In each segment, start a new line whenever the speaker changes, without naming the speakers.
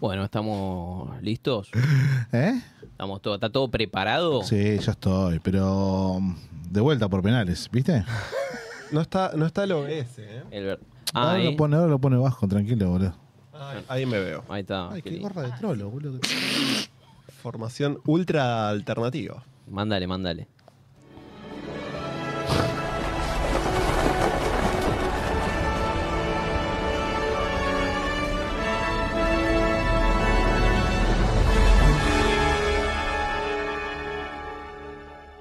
Bueno, estamos listos.
¿Eh?
Estamos todo, está todo preparado.
Sí, ya estoy, pero mm, de vuelta por penales, ¿viste?
No está, no está el OBS, ¿eh?
El ver- Ah,
Ahora
ahí,
lo pone, ahora lo pone bajo, tranquilo, boludo.
Ahí me veo.
ahí está.
Ay,
qué
qué
lindo.
gorra de trolo, boludo.
Formación ultra alternativa.
Mándale, mándale.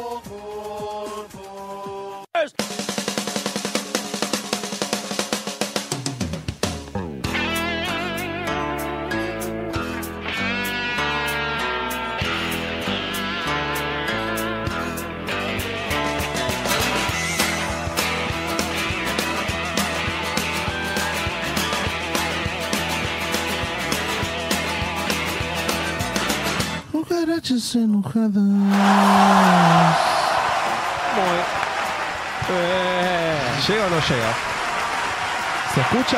Cuatro gordos.
Cucarachas enojadas.
¿Llega o no llega? ¿Se escucha?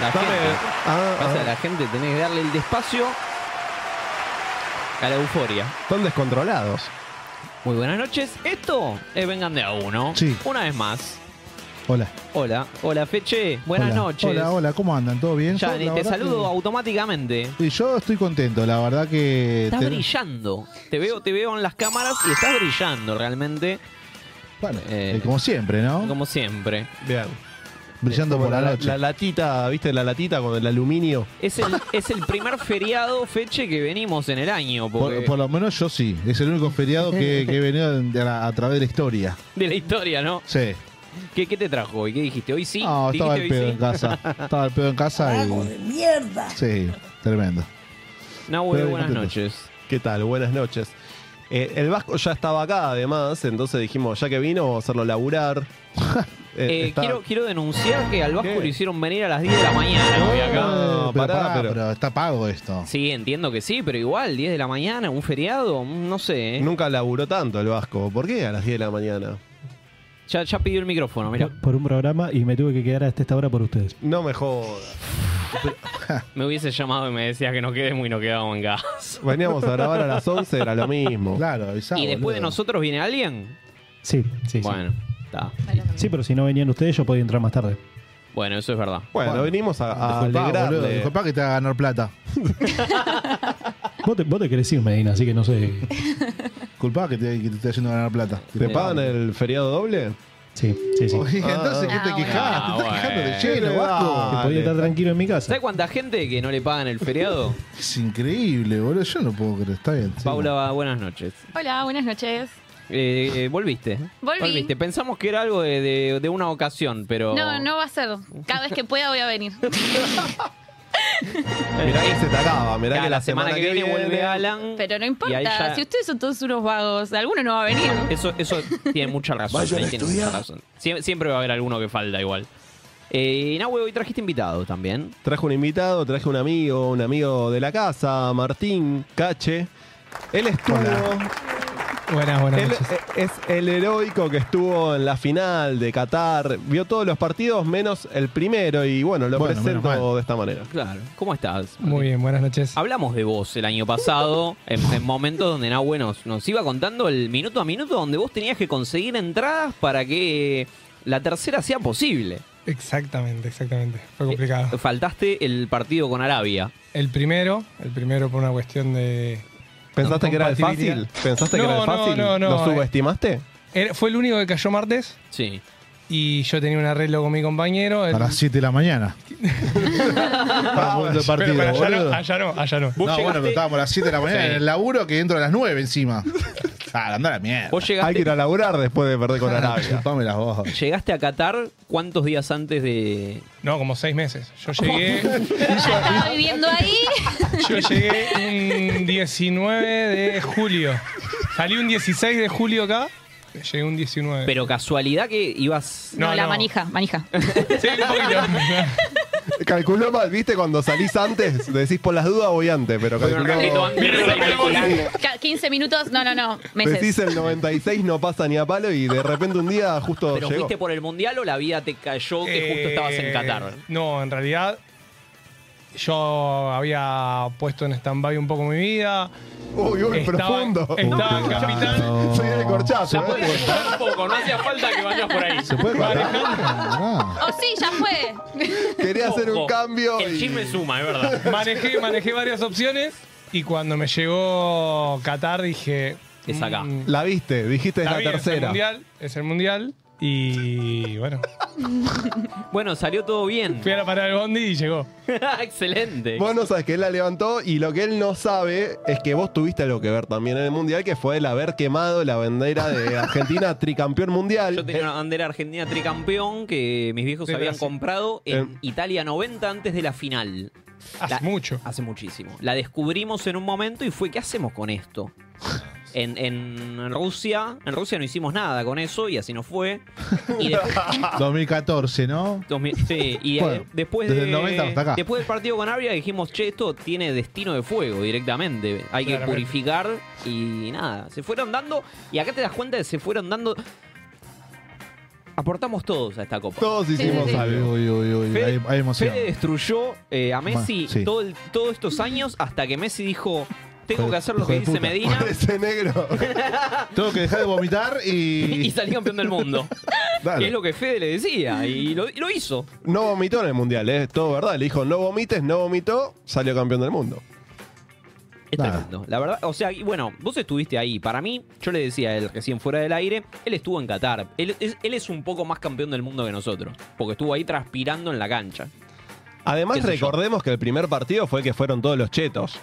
La
Dame-
gente.
Ah,
Pasa,
ah,
la gente tenés que darle el despacio a la euforia.
Están descontrolados.
Muy buenas noches. Esto es Vengan de a uno.
Sí.
Una vez más.
Hola.
Hola, hola Feche. Buenas
hola.
noches.
Hola, hola, ¿cómo andan? ¿Todo bien? Yo,
Yani,
la
te
verdad
saludo automáticamente.
que- Y yo estoy contento, la verdad que.
Estás
te-
brillando. Te veo, te veo en las cámaras y estás brillando realmente,
Bueno,
Eh,
eh, como siempre, ¿no?
como siempre.
Bien.
Brillando por la,
la,
noche.
la latita, ¿viste? La latita con el aluminio.
Es el, es el primer feriado feche que venimos en el año porque-
por, por lo menos yo sí. Es el único feriado que, que he venido de- a, la- a través de la historia.
de la historia, ¿no?
Sí.
¿Qué, qué te trajo hoy? ¿Qué dijiste? ¿Hoy sí?
No,
¿Dijiste Ah,
estaba el
hoy
pedo
sí?
en casa. Estaba el pedo en casa y.
mierda.
Sí, tremendo.
Nahue,
Pero
buenas
contento.
noches.
¿Qué tal? Buenas noches. Eh, el Vasco ya estaba acá, además, entonces dijimos, ya que vino, vamos a hacerlo laburar. Eh,
Eh,
está-
quiero, quiero denunciar que al Vasco
¿Qué?
lo hicieron venir a las 10 de la mañana hoy acá.
No,
Eh, pero,
pará,
pará,
pero-
pero está pago esto.
Sí, entiendo que sí, pero igual, 10 de la mañana, un feriado, mm, no sé. ¿eh?
Nunca laburó tanto el Vasco. ¿Por qué a las 10 de la mañana?
Ya, ya pidió el micrófono, mira.
por, por un programa y me tuve que quedar hasta esta hora por ustedes.
No me jodas.
Me hubiese llamado y me decías que no quedemos y no quedamos en casa.
Veníamos a grabar a las 11, era lo mismo.
Claro, avisá,
¿Y después
boludo.
de nosotros viene alguien?
Sí, sí, sí.
Bueno, está.
Sí, pero si no venían ustedes, yo podía entrar más tarde.
Bueno, eso es verdad.
Bueno,
Bueno.
venimos a, a
Disculpá,
alegrarle.
Ah, boludo, disculpá que te va a ganar plata.
Vos te, vos te querés ir, Medina, así que no sé.
Disculpá que te, que te está yendo a ganar plata.
¿Te pagan el feriado doble?
Sí, sí, sí.
Oye, Entonces, ¿qué
Ah,
te
bueno.
quejas?
Ah,
te estás quejando de
bueno.
lleno,
Ah,
Vasco.
Que podía estar tranquilo en mi casa.
¿Sabes cuánta gente que no le pagan el feriado?
Es increíble, boludo. Yo no puedo creer. Está bien. sí.
Paula, buenas noches.
Hola, buenas noches.
Eh, eh, volviste.
Volví.
Volviste. Pensamos que era algo de, de- de una ocasión, pero.
No, no va a ser. Cada vez que pueda voy a venir.
Mirá
Eh,
que se te acaba, mirá
Ya,
que la, semana, que viene,
vuelve Alan.
Pero no
y
importa.
ahí ya-
Si ustedes son todos unos vagos, alguno no va a venir.
Eso, eso tiene mucha razón.
Vayan
ahí
a
tiene
estudiar.
mucha razón. Sie- siempre va a haber alguno que falta igual. Eh, Nahue, hoy trajiste invitado también.
Traje un invitado, traje un amigo, un amigo de la casa, Martín Cache. Él estuvo.
Buenas, buenas
él
noches.
es el heroico que estuvo en la final de Qatar. Vio todos los partidos menos el primero. Y bueno, lo
Bueno, menos
presento
mal.
de esta manera.
Claro. ¿Cómo estás?
Muy bien, buenas noches.
Hablamos de vos el año pasado, en, en momentos donde Nahue nos, nos iba contando el minuto a minuto donde vos tenías que conseguir entradas para que la tercera sea posible.
Exactamente, exactamente.
Eh,
Fue complicado.
Faltaste el partido con Arabia.
El primero, el primero por una cuestión de...
¿Pensaste que era el fácil?
Compatibilidad.
¿Pensaste que era el
No, no,
fácil?
no, no,
¿Lo
eh.
subestimaste?
Era- fue el único que cayó martes
Sí.
y yo tenía un arreglo con mi compañero. el-
A las 7 de la mañana.
Ah,
Estábamos viendo el partido,
Pero, pero allá,
boludo.
no, allá no, allá no.
No, bueno, pero estábamos a las 7 de la mañana
Sí.
en el laburo que dentro de las 9 encima. Claro, anda a la mierda.
Vos
Hay que
llegaste,
ir a laburar después de perder con Arabia.
Disculpame las voces.
llegaste a Qatar cuántos días antes de.
No, como seis meses. Yo llegué,
Ya estaba viviendo ahí.
yo llegué un 19 de julio. Salí un 16 de julio acá Llegué un 19.
Pero casualidad que ibas.
No,
No,
la
no.
manija, manija.
Sí, un poquito.
Calculó mal, ¿viste? Cuando salís antes, decís por las dudas voy antes, pero calculó.
Ca- 15 minutos, no, no, no,
Decís
meses.
el 96 no pasa ni a palo y de repente un día justo
¿Pero
llegó.
fuiste por el mundial o la vida te cayó que justo
Eh,
estabas en Qatar?
No, en realidad yo había puesto en stand-by un poco mi vida.
Uy, uy,
Estaba-
profundo.
estaba
Uy,
en Capital.
claro.
Soy el corchazo,
La podías
¿eh?
cortar un poco, no hacía falta que vayas por ahí.
¿Se puede matar? Ah,
Oh, sí, ya fue.
Quería hacer un
Ojo,
cambio.
El
y-
chisme suma, es verdad.
Manejé, manejé varias opciones y cuando me llegó Qatar dije...
Es acá.
mm,
La viste, dijiste es
está
la
bien, Es el
tercera.
mundial, es el mundial y bueno,
Bueno, salió todo bien.
fui a la parada del bondi y llegó.
Excelente.
Vos no sabes que él la levantó y lo que él no sabe es que vos tuviste algo que ver también en el mundial, que fue el haber quemado la bandera de Argentina tricampeón mundial.
Yo tenía una bandera argentina tricampeón que mis viejos
De
habían
Brasil.
comprado en
Eh.
Italia 90 antes de la final.
Hace
La-
mucho.
Hace muchísimo. La descubrimos en un momento y fue, ¿qué hacemos con esto? En, en Rusia, en Rusia no hicimos nada con eso y así no fue. Y de-
2014, ¿no?
2000, sí, y, eh,
Bueno,
después,
desde
de-
el 90 hasta acá.
después del partido con Arabia dijimos, che, esto tiene destino de fuego directamente. Hay que
Claramente.
purificar y nada. Se fueron dando, y acá te das cuenta de que se fueron dando... Aportamos todos a esta copa.
Eh, Todos
sí,
hicimos
sí.
algo.
Uy, uy, uy,
Fede-
hay, hay emoción.
Fede destruyó eh, a Messi
Ma- sí.
todo el- todos estos años hasta que Messi dijo,
Hijo
tengo
de-
que hacer lo
hijo
que
de
dice
puta".
Medina
Ese negro.
Tengo que dejar de vomitar
y
y.
salí campeón del mundo.
Dale.
Que es lo que Fede le decía y lo, y lo hizo.
No vomitó en el mundial, ¿eh? Todo verdad. Le dijo, no vomites, no vomitó, salió campeón del mundo.
Es
Nada.
tremendo. La verdad, o sea, y bueno, vos estuviste ahí. Para mí, yo le decía a él recién fuera del aire, él estuvo en Qatar. Él es, él es un poco más campeón del mundo que nosotros, porque estuvo ahí transpirando en la cancha.
Además,
Qué sé yo.
recordemos que el primer partido fue el que fueron todos los chetos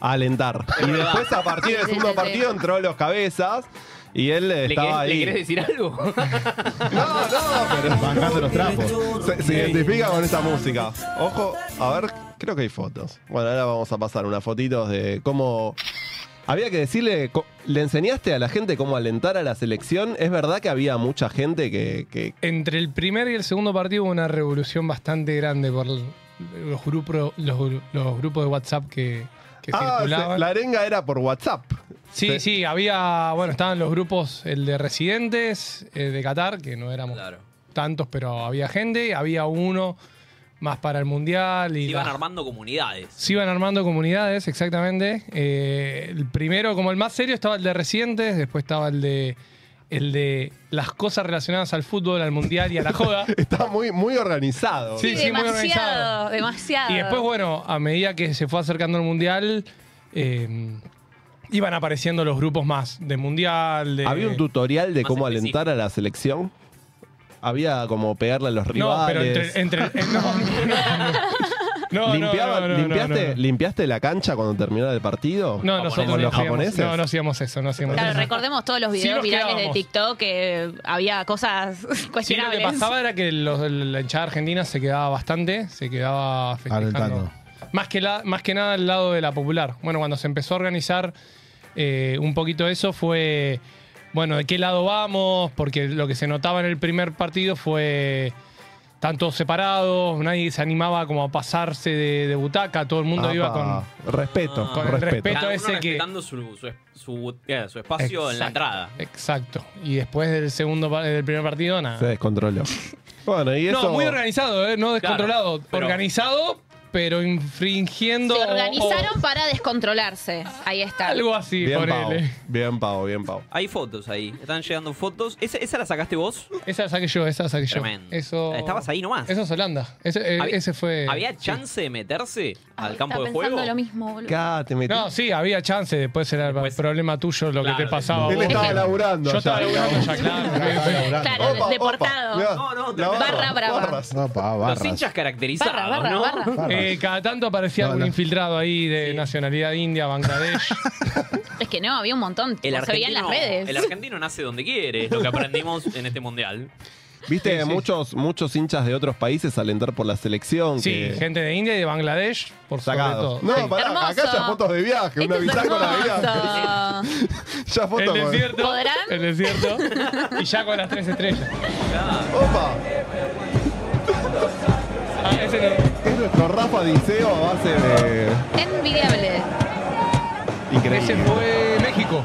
a alentar. Y
verdad.
después, a partir del
Sí, sí,
segundo
sí, sí.
partido, entró los cabezas y él eh,
¿Le
estaba
querés, le
ahí.
querés decir algo?
No, no,
Bancando los trapos.
pero se, se identifica con esa música. Ojo, a ver, creo que hay fotos. Bueno, ahora vamos a pasar unas fotitos de cómo. Había que decirle, co- le enseñaste a la gente cómo alentar a la selección. Es verdad que había mucha gente que, que-
Entre el primer y el segundo partido hubo una revolución bastante grande por l- los grupos, los, gru- los grupos de WhatsApp que, que
Ah, se-
circulaban.
la arenga era por WhatsApp.
Sí,
se-
sí, había, bueno, estaban los grupos, el de residentes eh, de Qatar, que no éramos tantos, pero había gente, había uno más para el Mundial. Y
Se iban
la-
armando comunidades.
se iban armando comunidades, exactamente. Eh, el primero, como el más serio, estaba el de residentes, después estaba el de el de las cosas relacionadas al fútbol, al mundial y a la joda.
Estaba muy, muy organizado.
Sí, sí, muy organizado.
demasiado, demasiado.
Y después, bueno, a medida que se fue acercando el mundial, eh, iban apareciendo los grupos más de mundial. De...
Había un tutorial de
Más
cómo
específico.
alentar a la selección. Había como pegarle a los
No, pero
rivales.
entre. entre eh, no, no, no, no,
Limpiaba-
no, no, no,
limpiaste,
no, no.
¿Limpiaste la cancha cuando terminaba el partido? Ah,
No, nosotros
¿Con
no
los
hacíamos-
japoneses?
No, no hacíamos eso, no hacíamos
Claro,
eso.
recordemos todos los
Sí,
videos
nos
virales de
quedábamos.
TikTok que había cosas
Sí, lo
cuestionables.
que pasaba era que los de la hinchada argentina se quedaba bastante, se quedaba festejando.
Alentando.
Más que, la- más que nada al lado de la popular. Bueno, cuando se empezó a organizar eh, un poquito eso fue, bueno, ¿de qué lado vamos? Porque lo que se notaba en el primer partido fue... Están todos separados, nadie se animaba como a pasarse de, de butaca, todo el mundo iba con...
Apa, Ah, Respeto,
Ah.
con el
respeto.
respeto.
Cada uno
ese que-
respetando su, su, su- eh, su espacio en
Exacto,
la entrada.
Exacto. Y después del segundo pa- del primer partido, nada.
Se descontroló. Bueno, y eso...
No, muy organizado, ¿eh? no descontrolado.
pero-
organizado, pero infringiendo.
Se
o-
organizaron para descontrolarse. Ahí
o
está.
algo así,
Bien, Pau.
ponele.
Bien, Pau, bien, Pau.
Hay fotos ahí, están llegando fotos. ¿Esa, esa la sacaste vos?
Esa la saqué yo, esa la saqué yo.
Tremendo.
Eso,
Estabas ahí nomás.
Eso es Holanda. Ese, eh,
Había-
ese fue.
¿Había chance de meterse
Ay,
al campo
está
de juego?
Ah, pensando lo mismo, boludo.
Acá te metí.
No, sí, había chance. Después era el
Después-
problema tuyo lo
Claro,
que te pasaba. a
Él
vos.
estaba
Yo
laburando.
estaba
allá.
laburando ya, claro.
Claro,
Opa, opa.
deportado.
Mirá,
No, no,
la
barra
brava.
barras.
Opa,
Los
barras.
hinchas caracterizados,
Barra, barra,
¿no?
barra.
Eh, cada tanto aparecía
No,
algún
no.
infiltrado ahí de nacionalidad india, Bangladesh.
Es que no, había un montón.
El
se veía en
argentino,
las redes.
el argentino nace donde quiere, es lo que aprendimos en este mundial.
Viste
Sí, sí.
muchos muchos hinchas de otros países alentar por la selección.
Sí,
que-
gente de India y de Bangladesh, por
Sacados.
sobre todo.
No,
Sí.
pará,
Hermoso.
acá ya fotos de viaje, una
Esto es
bitácora de viaje.
hermoso.
Ya fotos
El
con-
desierto.
¿Podrán?
El desierto. Y ya con las tres estrellas.
¡Opa!
Ah, ese no.
Es nuestro Rafa Diceo a base de.
Envidiable.
Ese
Increíble.
fue México.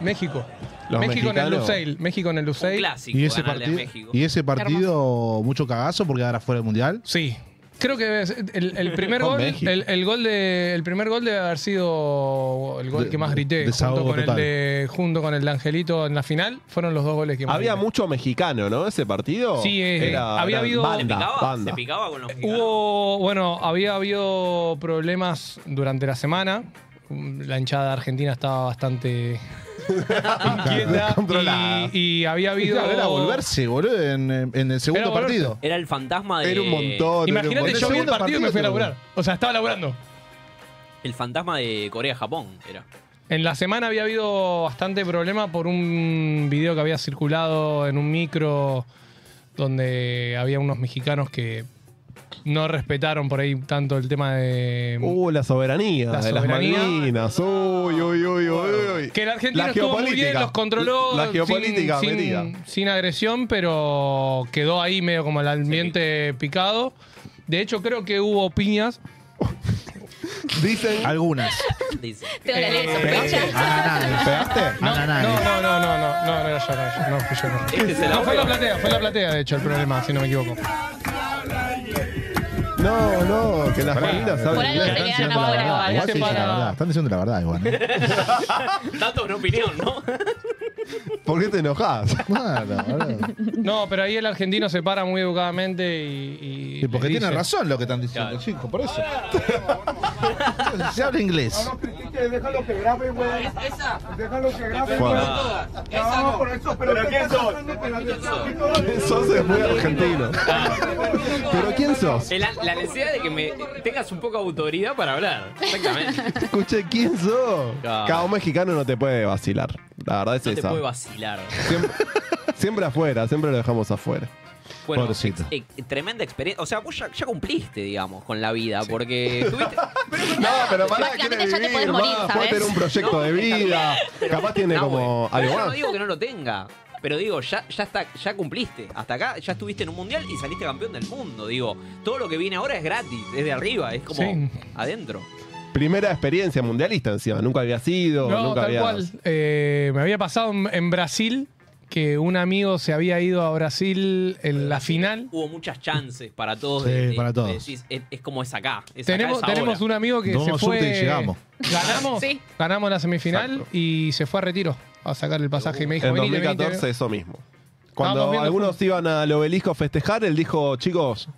México.
Los
México en el
mexicanos.
Lusail. México en el
Un
Lusail.
clásico
Y ese,
ganarle a
partido-
México.
y ese partido, mucho cagazo porque ahora fuera del mundial.
Sí. Creo que es- el, el primer
Con
gol,
México.
el, el gol de, el primer gol debe haber sido el gol
De-
que más grité junto
desahogo
con, el
total.
de, junto con el de Angelito en la final. Fueron los dos goles que más
Había
grité.
mucho mexicano, ¿no? Ese partido.
Sí, eh, había habido-
¿Se
Banda,
picaba?
banda.
¿Se picaba con los mexicanos?
Hubo, bueno, había habido problemas durante la semana. La hinchada argentina estaba bastante inquieta.
Descontrolada.
Y, y había habido.
Claro, era volverse, boludo, en, en el segundo
Era volverse.
partido.
Era el fantasma de.
Era un montón. era un
eh, Imagínate,
En el
yo vi el
segundo
partido, y me
partido
fui a
te lo-
laburar. O sea, estaba laburando.
El fantasma de Corea-Japón era.
En la semana había habido bastante problema por un video que había circulado en un micro donde había unos mexicanos que no respetaron por ahí tanto el tema de.
Uh, la soberanía
La
de
soberanía.
las Malvinas. Uy, uy, uy, uy, uy.
Que el argentino
La
estuvo muy
geopolítica.
bien, los controló.
La geopolítica
sin,
metida.
sin, sin agresión, pero quedó ahí medio como el ambiente picado. De hecho, creo que hubo piñas.
Dicen.
Algunas. Ah,
Dice.
Tengo la
Eh,
ley de sospecha.
Ananales.
¿Pegaste?
No,
Ananales.
no, no, no, no, no, no, no era yo, no era yo, no fui yo, no.
Este se la
No, fue
abrió.
la platea, fue la platea, de hecho, el problema, si no me equivoco.
No, no, que las Malvinas
Por
saben.
algo
inglés.
Están
se quedaron
diciendo la
ahora
verdad,
igual.
igual
se
se dice
para-
la verdad, Están diciendo la verdad igual. ¿eh?
Datos, no opinión, ¿no?
¿Por qué te enojás?
Claro, boludo.
No, pero ahí el argentino se para muy educadamente y. y
Y porque
les
tiene
dice-
razón lo que están diciendo,
Claro.
chico, por eso. Se habla inglés.
Bueno,
¿Pero quién sos?
sos es muy argentino. ¿Pero quién sos?
El- Eh, la necesidad de que me tengas un poco de autoridad para hablar. Exactamente.
Escuché, ¿quién sos?
Claro.
Cada un mexicano no te puede vacilar. La verdad es
No te
esa.
puede vacilar.
siempre, siempre afuera, siempre lo dejamos afuera.
Bueno,
Pobrecito.
ex- ex- tremenda experiencia. O sea, vos ya, ya cumpliste, digamos, con la vida, porque tuviste.
No, pero pará,
Prácticamente
quiere
ya te
vivir
podés morir,
más, puede
¿sabes?
tener un proyecto
No,
de
está
vida, capaz tiene
No,
como
güey.
algo
Pero yo no
más.
digo que no lo tenga. Pero digo, ya, ya está, ya cumpliste. Hasta acá ya estuviste en un mundial y saliste campeón del mundo. Digo, todo lo que viene ahora es gratis, es de arriba, es como
Sí.
adentro.
Primera experiencia mundialista encima, nunca había sido,
No,
nunca
tal
había.
cual. Eh, me había pasado en, en Brasil que un amigo se había ido a Brasil en la final.
Hubo muchas chances para todos.
Sí,
de- de-
para todos.
de decir, es, es como es acá. es acá,
Tenemos,
es ahora.
tenemos un amigo que
Tomamos
se fue.
subte y llegamos.
Ganamos,
Sí.
ganamos la semifinal
Exacto.
y se fue a retiro a sacar el pasaje. Y me dijo,
En
"Venite, venite".
2014 eso mismo. Cuando
Estábamos viendo
algunos iban al obelisco a festejar, él dijo, chicos,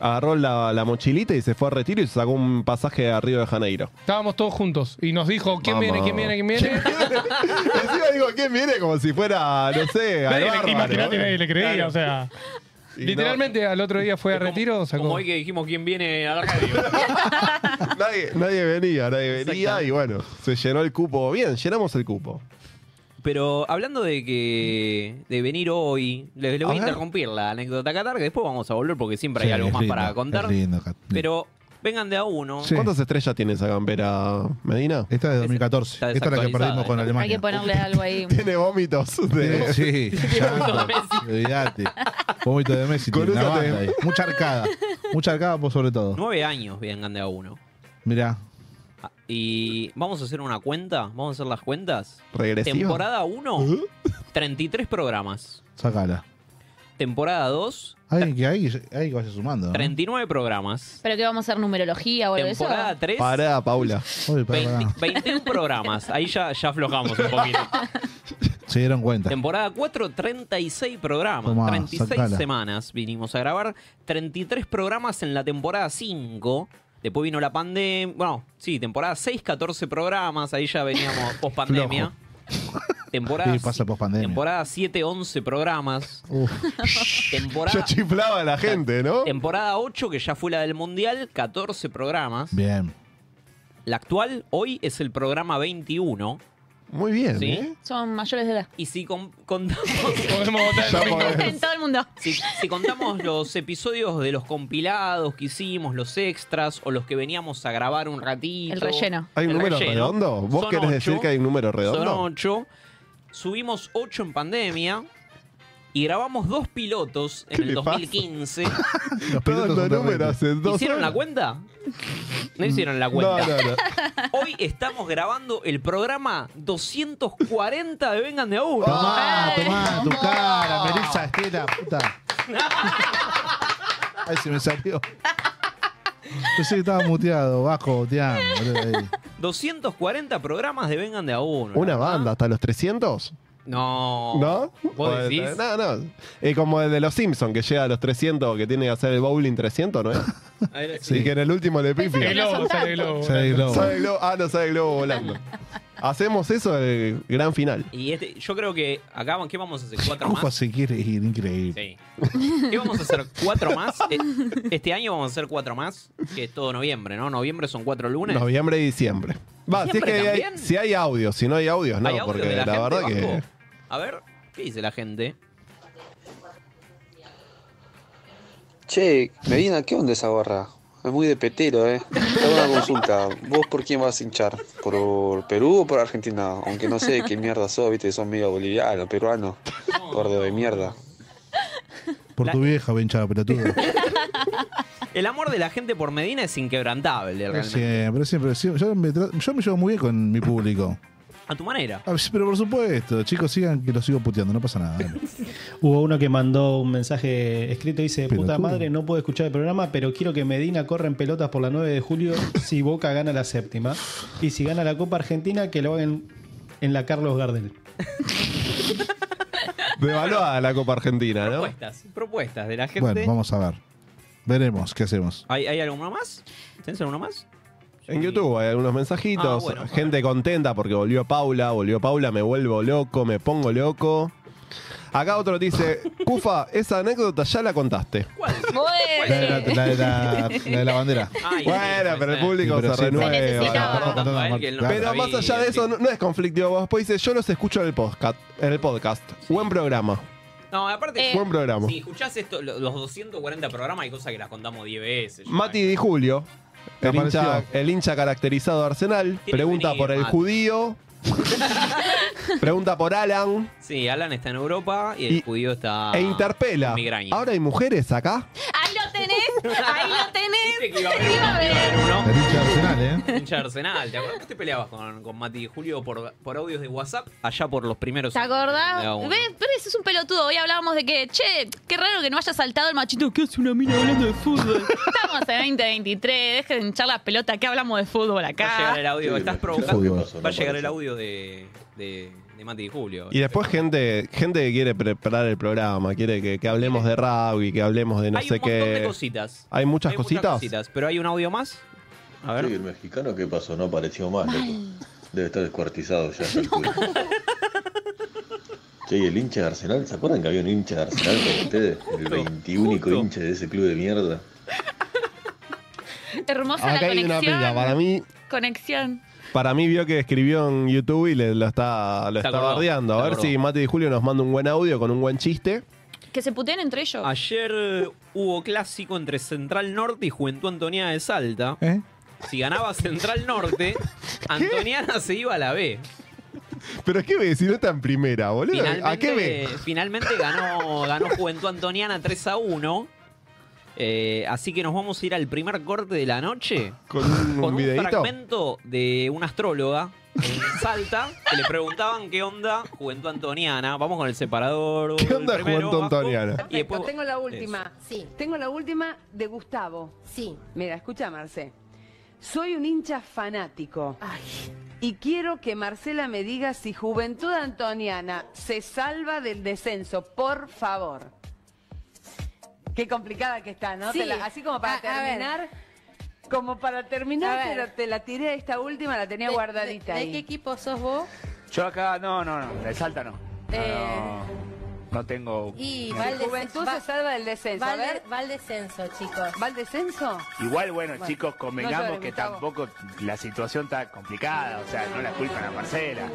agarró la, la mochilita y se fue a retiro y se sacó un pasaje a Río de Janeiro.
Estábamos todos juntos y nos dijo, ¿quién
Vamos.
viene? ¿Quién viene? ¿Quién viene?
Encima digo, ¿quién viene? Como si fuera, no sé, al
Nadie le-
bárbaro.
Imagínate, nadie le creía, o sea.
Y no,
Literalmente al otro día fue a
Es como-
retiro, sacó.
Como hoy que dijimos quién viene a la radio.
nadie, nadie venía, nadie venía.
Exactamente.
Y bueno, se llenó el cupo. Bien, llenamos el cupo.
Pero hablando de que de venir hoy, les, les voy a,
A ver.
interrumpir la anécdota Qatar, que después vamos a volver porque siempre hay
Sí,
algo
es
más
lindo,
para
es
contar.
lindo, Cat-
Pero vengan de a uno.
Sí.
¿Cuántas estrellas tiene esa campera, Medina?
Esta es de 2014.
Está
Esta es la que
desactualizada,
perdimos con
¿eh?
Hay que
Alemania.
ponerle algo ahí.
Tiene vómitos.
Eh,
de-
Sí,
Vómito de
ya.
Messi.
Olvídate. Vómito de Messi.
Con
tiene una
eso te-
banda ahí. Mucha arcada. Mucha arcada por sobre todo.
Nueve años vengan de a uno.
Mirá.
Ah, Y vamos a hacer una cuenta, vamos a hacer las cuentas.
Regresiva.
Temporada 1, 33 programas.
Sácala.
Temporada 2,
Hay que, hay, que- hay que vaya sumando. ¿no?
39 programas.
¿Pero qué vamos a hacer? ¿Numerología o algo de eso?
Temporada 3,
Pará, Paula.
Uy, pará, pará.
21 programas. Ahí ya, ya aflojamos un poquito.
Se dieron cuenta.
Temporada 4, 36 programas.
Tomá,
36
sacala.
semanas vinimos a grabar. 33 programas en la temporada 5. Después vino la pandemia. Bueno, sí, temporada 6, 14 programas. Ahí ya veníamos post pandemia. Temporada,
Sí, pasa pospandemia.
temporada 7, 11 programas.
Uf.
Yo
Temporada,
chiflaba a la gente, ¿no?
temporada 8, que ya fue la del Mundial, 14 programas.
Bien.
La actual hoy es el programa 21.
Muy bien.
¿Sí?
¿eh?
Son mayores de edad.
Y si con- contamos,
Podemos votar el
Ya
domingo.
podemos.
En todo el mundo.
si, si contamos los episodios de los compilados que hicimos, los extras o los que veníamos a grabar un ratito.
El relleno.
¿Hay un
El
número
relleno.
redondo? ¿Vos
Son
querés decir
ocho.
que hay un número redondo?
Son ocho. Subimos ocho en pandemia. Y grabamos dos pilotos
¿Qué
en
le
el 2015.
Los
Todos
pilotos
los
son
números
terribles.
hace dos
¿Hicieron
horas.
la cuenta? No hicieron la
No,
cuenta.
no, no.
Hoy estamos grabando el programa 240 de Vengan de a uno.
Tomá,
Ay,
tomá, tu
no.
cara, mereza, estela, puta. Ay, se me salió. Pensé que estaba muteado, bajo, boteando. boludo, ahí.
240 programas de Vengan de a uno. Ah,
Una banda, hasta los 300.
No.
¿No?
¿Vos
O el-
decís?
No, no. Eh, como el de los Simpsons, que llega a los 300, que tiene que hacer el bowling 300, ¿no es?
A ver,
Sí. Y que en el último le pifi.
El globo, sale el globo.
Sale el globo.
Sale el globo- Ah, no sale el globo volando. Hacemos eso el gran final.
Y este, yo creo que acá, ¿qué vamos a hacer? ¿Cuatro
Cufa
más?
se quiere ir, increíble.
Sí. ¿Qué vamos a hacer? ¿Cuatro más? Eh, Este año vamos a hacer cuatro más, que es todo noviembre, ¿no? Noviembre son cuatro lunes.
Noviembre y diciembre. Va, si es
¿Diciembre
que hay,
también?
si hay audio, si no hay audios, no,
¿Hay audio
porque
de
la,
la, gente,
verdad que.
Vasco? A ver, ¿qué dice la gente?
Che, Medina, ¿qué onda esa gorra? Es muy de petero, ¿eh? Te hago una consulta. ¿Vos por quién vas a hinchar? ¿Por Perú o por Argentina? Aunque no sé qué mierda sos, viste, sos medio boliviano, peruano. Gordo de mierda.
Por tu vieja, benchada pelotudo.
El amor de la gente por Medina es inquebrantable, realmente.
Siempre, siempre, siempre. Yo me, tra- yo me llevo muy bien con mi público.
A tu manera.
Ah, sí, Pero por supuesto, chicos, sigan que los sigo puteando, no pasa nada. dale.
Hubo uno que mandó un mensaje escrito y dice, puta
Pelotudo.
madre, no puedo escuchar el programa, pero quiero que Medina corra en pelotas por la 9 de julio si Boca gana la séptima. Y si gana la Copa Argentina, que lo hagan en la Carlos Gardel.
Devaluada la Copa Argentina, ¿no?
Propuestas, propuestas de la gente.
Bueno, vamos a ver. Veremos qué hacemos.
¿Hay, ¿Hay alguno más? ¿Tenés alguno más?
En
Sí.
YouTube hay algunos mensajitos,
Ah, bueno.
gente contenta porque volvió Paula, volvió Paula, me vuelvo loco, me pongo loco. Acá otro dice, Cufa, esa anécdota ya la contaste.
¿Cuál?
La de la,
Bueno.
la de la- la de la bandera.
Ay, eh,
bueno,
sí,
pero el
sí.
público
Sí, pero
se
sí,
renueva.
Se necesitaba.
¿no?
Perdón, perdón,
Rafael, que no
Claro.
Pero más allá de eso, no, no es conflictivo. Después dice, yo los escucho en el podcast. En el podcast. Buen programa.
No, aparte,
Eh,
Buen programa.
si escuchás esto, lo- los 240 programas, hay cosas que las contamos 10 veces.
Mati Di Julio, el
Apareció.
hincha, el hincha caracterizado de Arsenal,
que
pregunta
venir,
por el
Mati.
judío. pregunta por Alan.
Sí, Alan está en Europa y el
Y-
judío está.
e interpela.
con Migraña.
Ahora hay mujeres acá.
Ahí lo tenés. Ahí lo
Viste
tenés.
que iba a haber
Iba a
uno, iba a haber
ver.
uno.
La lucha de Arsenal, ¿eh?
Hincha de Arsenal, ¿te acuerdas? ¿Vos te peleabas con, con Mati y Julio por, por audios de WhatsApp allá por los primeros.
¿Te
de a
acordás?
uno.
¿Ves? Pero eso es un pelotudo. Hoy hablábamos de que, che, qué raro que no haya saltado el machito. ¿Qué hace una mina hablando de fútbol? Estamos en 2023, dejen de hinchar la pelota, que hablamos de fútbol
Va a llegar
acá.
el audio, estás
Fútbol.
provocando. Va a llegar el audio de, de, de Mati y Julio.
Y después gente, gente que quiere preparar el programa, quiere que, que hablemos de rugby, que hablemos de no
hay
sé
un montón de
qué.
cositas.
Hay muchas
Hay
cositas.
Pero hay un audio más. A ver.
Sí, el mexicano, ¿qué pasó? No apareció más, loco. Debe estar descuartizado ya. Che, y el hincha de Arsenal, ¿se acuerdan que había un hincha de Arsenal con ustedes? El 21 hincha de ese club de mierda.
Hermosa
Acá
la
hay una
conexión.
pica. Para mí,
Conexión.
para mí vio que escribió en YouTube y le, lo está, lo
Se
está
acordó,
bardeando.
se
A ver
acordó.
si Mati y Julio nos manda un buen audio con un buen chiste.
Que se puteen entre ellos.
Ayer eh, hubo clásico entre Central Norte y Juventud Antoniana de Salta.
¿Eh?
Si ganaba Central Norte, Antoniana se iba a la B.
Pero ¿qué ve? Si no está en primera, boludo.
Finalmente,
¿A qué ve?
finalmente ganó, ganó Juventud Antoniana 3 a 1. Eh, así que nos vamos a ir al primer corte de la noche
Con un,
con un
videito.
fragmento de una astróloga en Salta que le preguntaban qué onda Juventud Antoniana. Vamos con el separador.
¿Qué
el
onda
primero,
Juventud
Vasco,
Antoniana?
y después-
Tengo la última. Sí. Tengo la última de Gustavo. Sí. Mira, escucha, Marce. Soy un hincha fanático. Y quiero que Marcela me diga si Juventud Antoniana se salva del descenso, por favor. Qué complicada que está, ¿no? Te la- así como para terminar. Como para terminar, te la, te la tiré esta última, la tenía guardadita. ahí.
equipo sos vos?
Yo acá, no, no, no, de Salta no. No, no, no tengo...
Y
Juventud se salva del descenso. a ver,
al descenso, chicos.
¿va al descenso?
Igual, bueno, chicos,
no
convengamos
llores,
que
Gustavo.
tampoco la situación está complicada, o sea, no la culpan a Marcela.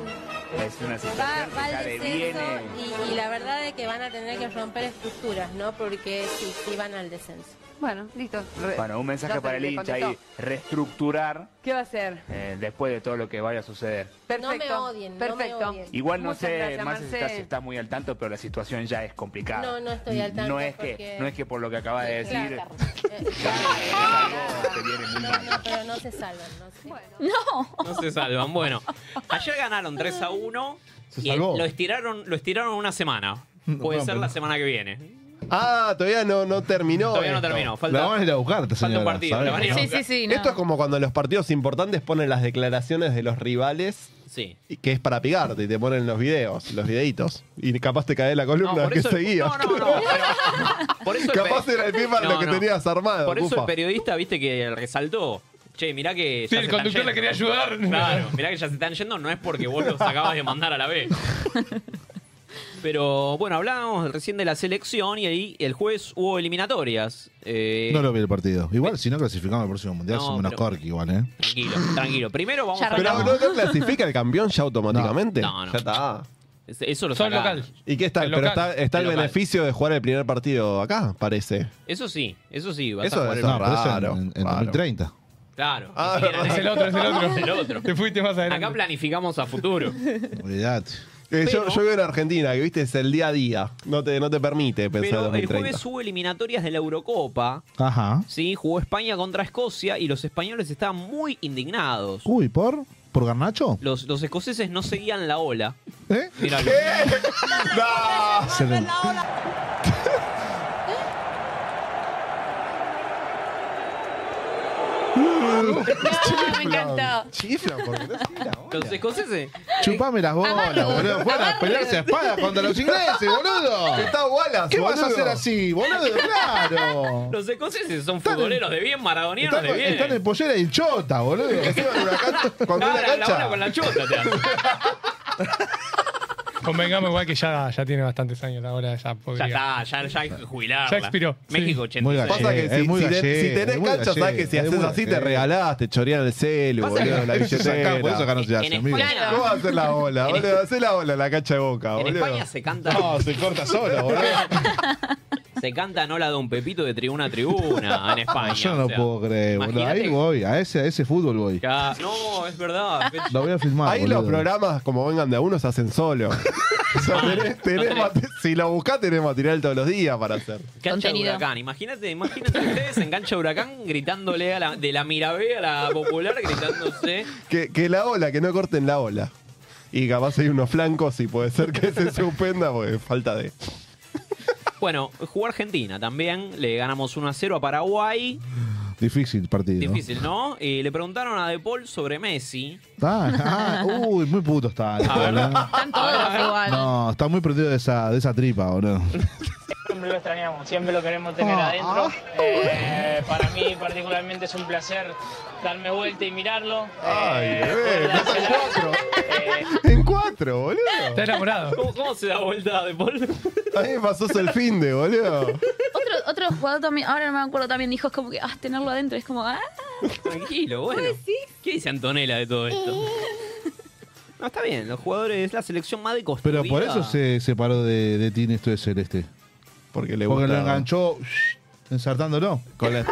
Es una
va,
situación
va
que ya
al descenso
deviene.
y, y la verdad es que van a tener que romper estructuras, ¿no? Porque sí, sí van al descenso.
Bueno, listo.
Bueno, un mensaje
No,
para el
le
hincha ahí.
contestó.
Reestructurar
¿Qué va a hacer?
eh, después de todo lo que vaya a suceder.
Perfecto.
me odien, no me
perfecto.
odien.
Igual no
Muchas
sé,
gracias,
más si estás,
Marce.
estás muy al tanto, pero la situación ya es complicada.
No, no estoy al tanto
No es,
porque-
que, no es que por lo que acabas de
Claro,
decir, eh,
claro. Eh,
te viene muy
No,
mal.
no, pero no se salvan. No, se
No.
No se salvan. Bueno, ayer ganaron 3 a 1.
Se
y
salvó.
Lo estiraron, lo estiraron una semana. Puede ser la semana que viene.
Ah, todavía no, no terminó.
Todavía no
esto.
terminó, falta- La van a
ir a buscarte,
un partido, la van a ir a Sí, buscar. sí, sí, no.
Esto es como cuando en los partidos importantes ponen las declaraciones de los rivales.
Sí.
y- Que es para pegarte y te ponen los videos, los videitos. Y capaz te cae la columna que seguía.
Por eso el
Capaz
pe-
era el pie para
No,
lo que
no.
tenías armado.
Por eso
Cufa.
el periodista, viste, que resaltó. Che, mirá que.
Sí,
ya
el
se están
conductor le
yendo".
quería ayudar.
Claro, mirá que ya se están yendo, no es porque vos los acabas de mandar a la B. Pero bueno, hablábamos recién de la selección y ahí el jueves hubo eliminatorias. Eh,
No lo vi el partido. Igual, si no clasificamos al próximo mundial,
No,
somos unos
pero-
corki igual, ¿eh?
Tranquilo, tranquilo. Primero vamos a
Pero no, no clasifica el campeón ya automáticamente.
No, no.
Ya está.
Es- Este, Eso lo
Son
saca-
local.
¿Y qué está?
El
Pero
local.
está, está el,
El local.
beneficio de jugar el primer partido acá, parece.
Eso sí, eso sí. Vas
Eso
a jugar
es
el-
No, pero eso
raro,
en, en- en
raro.
2030.
Claro.
Ah,
ni siquiera
verdad.
en
Es el otro, es el otro.
Es el otro.
Te fuiste más adelante.
Acá planificamos a futuro.
Olvidate.
Eh, yo,
Pero-
yo vivo en Argentina, que viste, es el día a día. No te, no te permite pensar en
Pero el
2030.
jueves hubo eliminatorias de la Eurocopa.
Ajá.
Sí, jugó España contra Escocia y los españoles estaban muy indignados.
Uy, ¿por? ¿Por Garnacho?
Los, los escoceses no seguían la ola.
¿Eh?
Míralo.
¡No!
Excelente.
me encantó.
Chifla, porque no sigue la ola.
Los escoceses.
Chupame las bolas,
Agarro.
boludo. Juegan a
Agarro.
pelearse a espadas contra los ingleses, boludo.
Está Wallace,
¿Qué vas a
boludo.
hacer así, boludo? Claro.
Los escoceses son
Están en-
futboleros de bien, maradonianos
Están,
de bien.
están en pollera y chota, boludo.
Encima en una cancha- cuando
Ah,
en la
la, la
cancha-
ola con la chota. te hacen.
Convengamos igual que ya, ya tiene bastantes años ahora, ya
ya
podría.
está, ya, ya hay que jubilarla.
Ya expiró, sí.
México
Muy
86.
gallego,
Pasa que si,
Eh, es muy
si te-
gallego,
si tenés
es muy
cancha, sabes que si
gallego, es
haces
muy
así te
gallego.
regalás, te chorean el celu,
Pasa que
boludo, la
eso es acá, por eso
billetera.
acá no se hace,
En
amigo.
España-
¿Cómo vas a hacer la ola,
En-
boludo? Hacé la ola en la cancha de boca,
En
boludo.
España se canta,
No, se corta solo, boludo.
se canta no la Don Pepito de tribuna a tribuna en España.
Yo no
o sea.
puedo creer, boludo. Ahí
imagínate-
voy, a ese, a ese fútbol voy.
Ya, no, es verdad. Fecha.
Lo voy a filmar.
Ahí
Ah, boludo.
los programas, como vengan de a uno, se hacen solo. O sea, tenés- tenés mate- si lo buscás, tenés material todos los días para hacer.
Cancha de
Contenido.
huracán, imagínate, imagínate ustedes en cancha de huracán gritándole a la, de la Mirabé a la popular gritándose.
Que, que la ola, que no corten la ola. Y capaz hay unos flancos y puede ser que se suspenda porque falta de.
Bueno, jugó Argentina también, le ganamos 1 a 0 a Paraguay,
Difícil partido.
difícil, ¿no? Y le preguntaron a De Paul sobre Messi.
Ah, ah, uy, muy puto está.
A ver.
boludo.
Están todos
Ah,
igual.
No, está muy perdido de esa, de esa tripa, boludo.
Siempre lo extrañamos, siempre lo queremos tener
Ah,
adentro. Eh, para mí particularmente es un placer darme vuelta y mirarlo.
Ay,
Eh,
bebé,
recuerda-
estás en cuatro. En cuatro, boludo.
Está enamorado.
¿Cómo, cómo se da vuelta De Paul?
A mí me pasó el fin de, boludo.
Otro, otro jugador también, ahora no me acuerdo también, dijo es como que, ah, tenerlo adentro, es como, ah,
Tranquilo, bueno. ¿Qué dice Antonella de todo esto? No, está bien, los jugadores es la selección más de
Pero por eso se separó de, de Tini esto de Celeste.
Porque le
Porque
gusta.
lo enganchó ensartándolo.
Con la-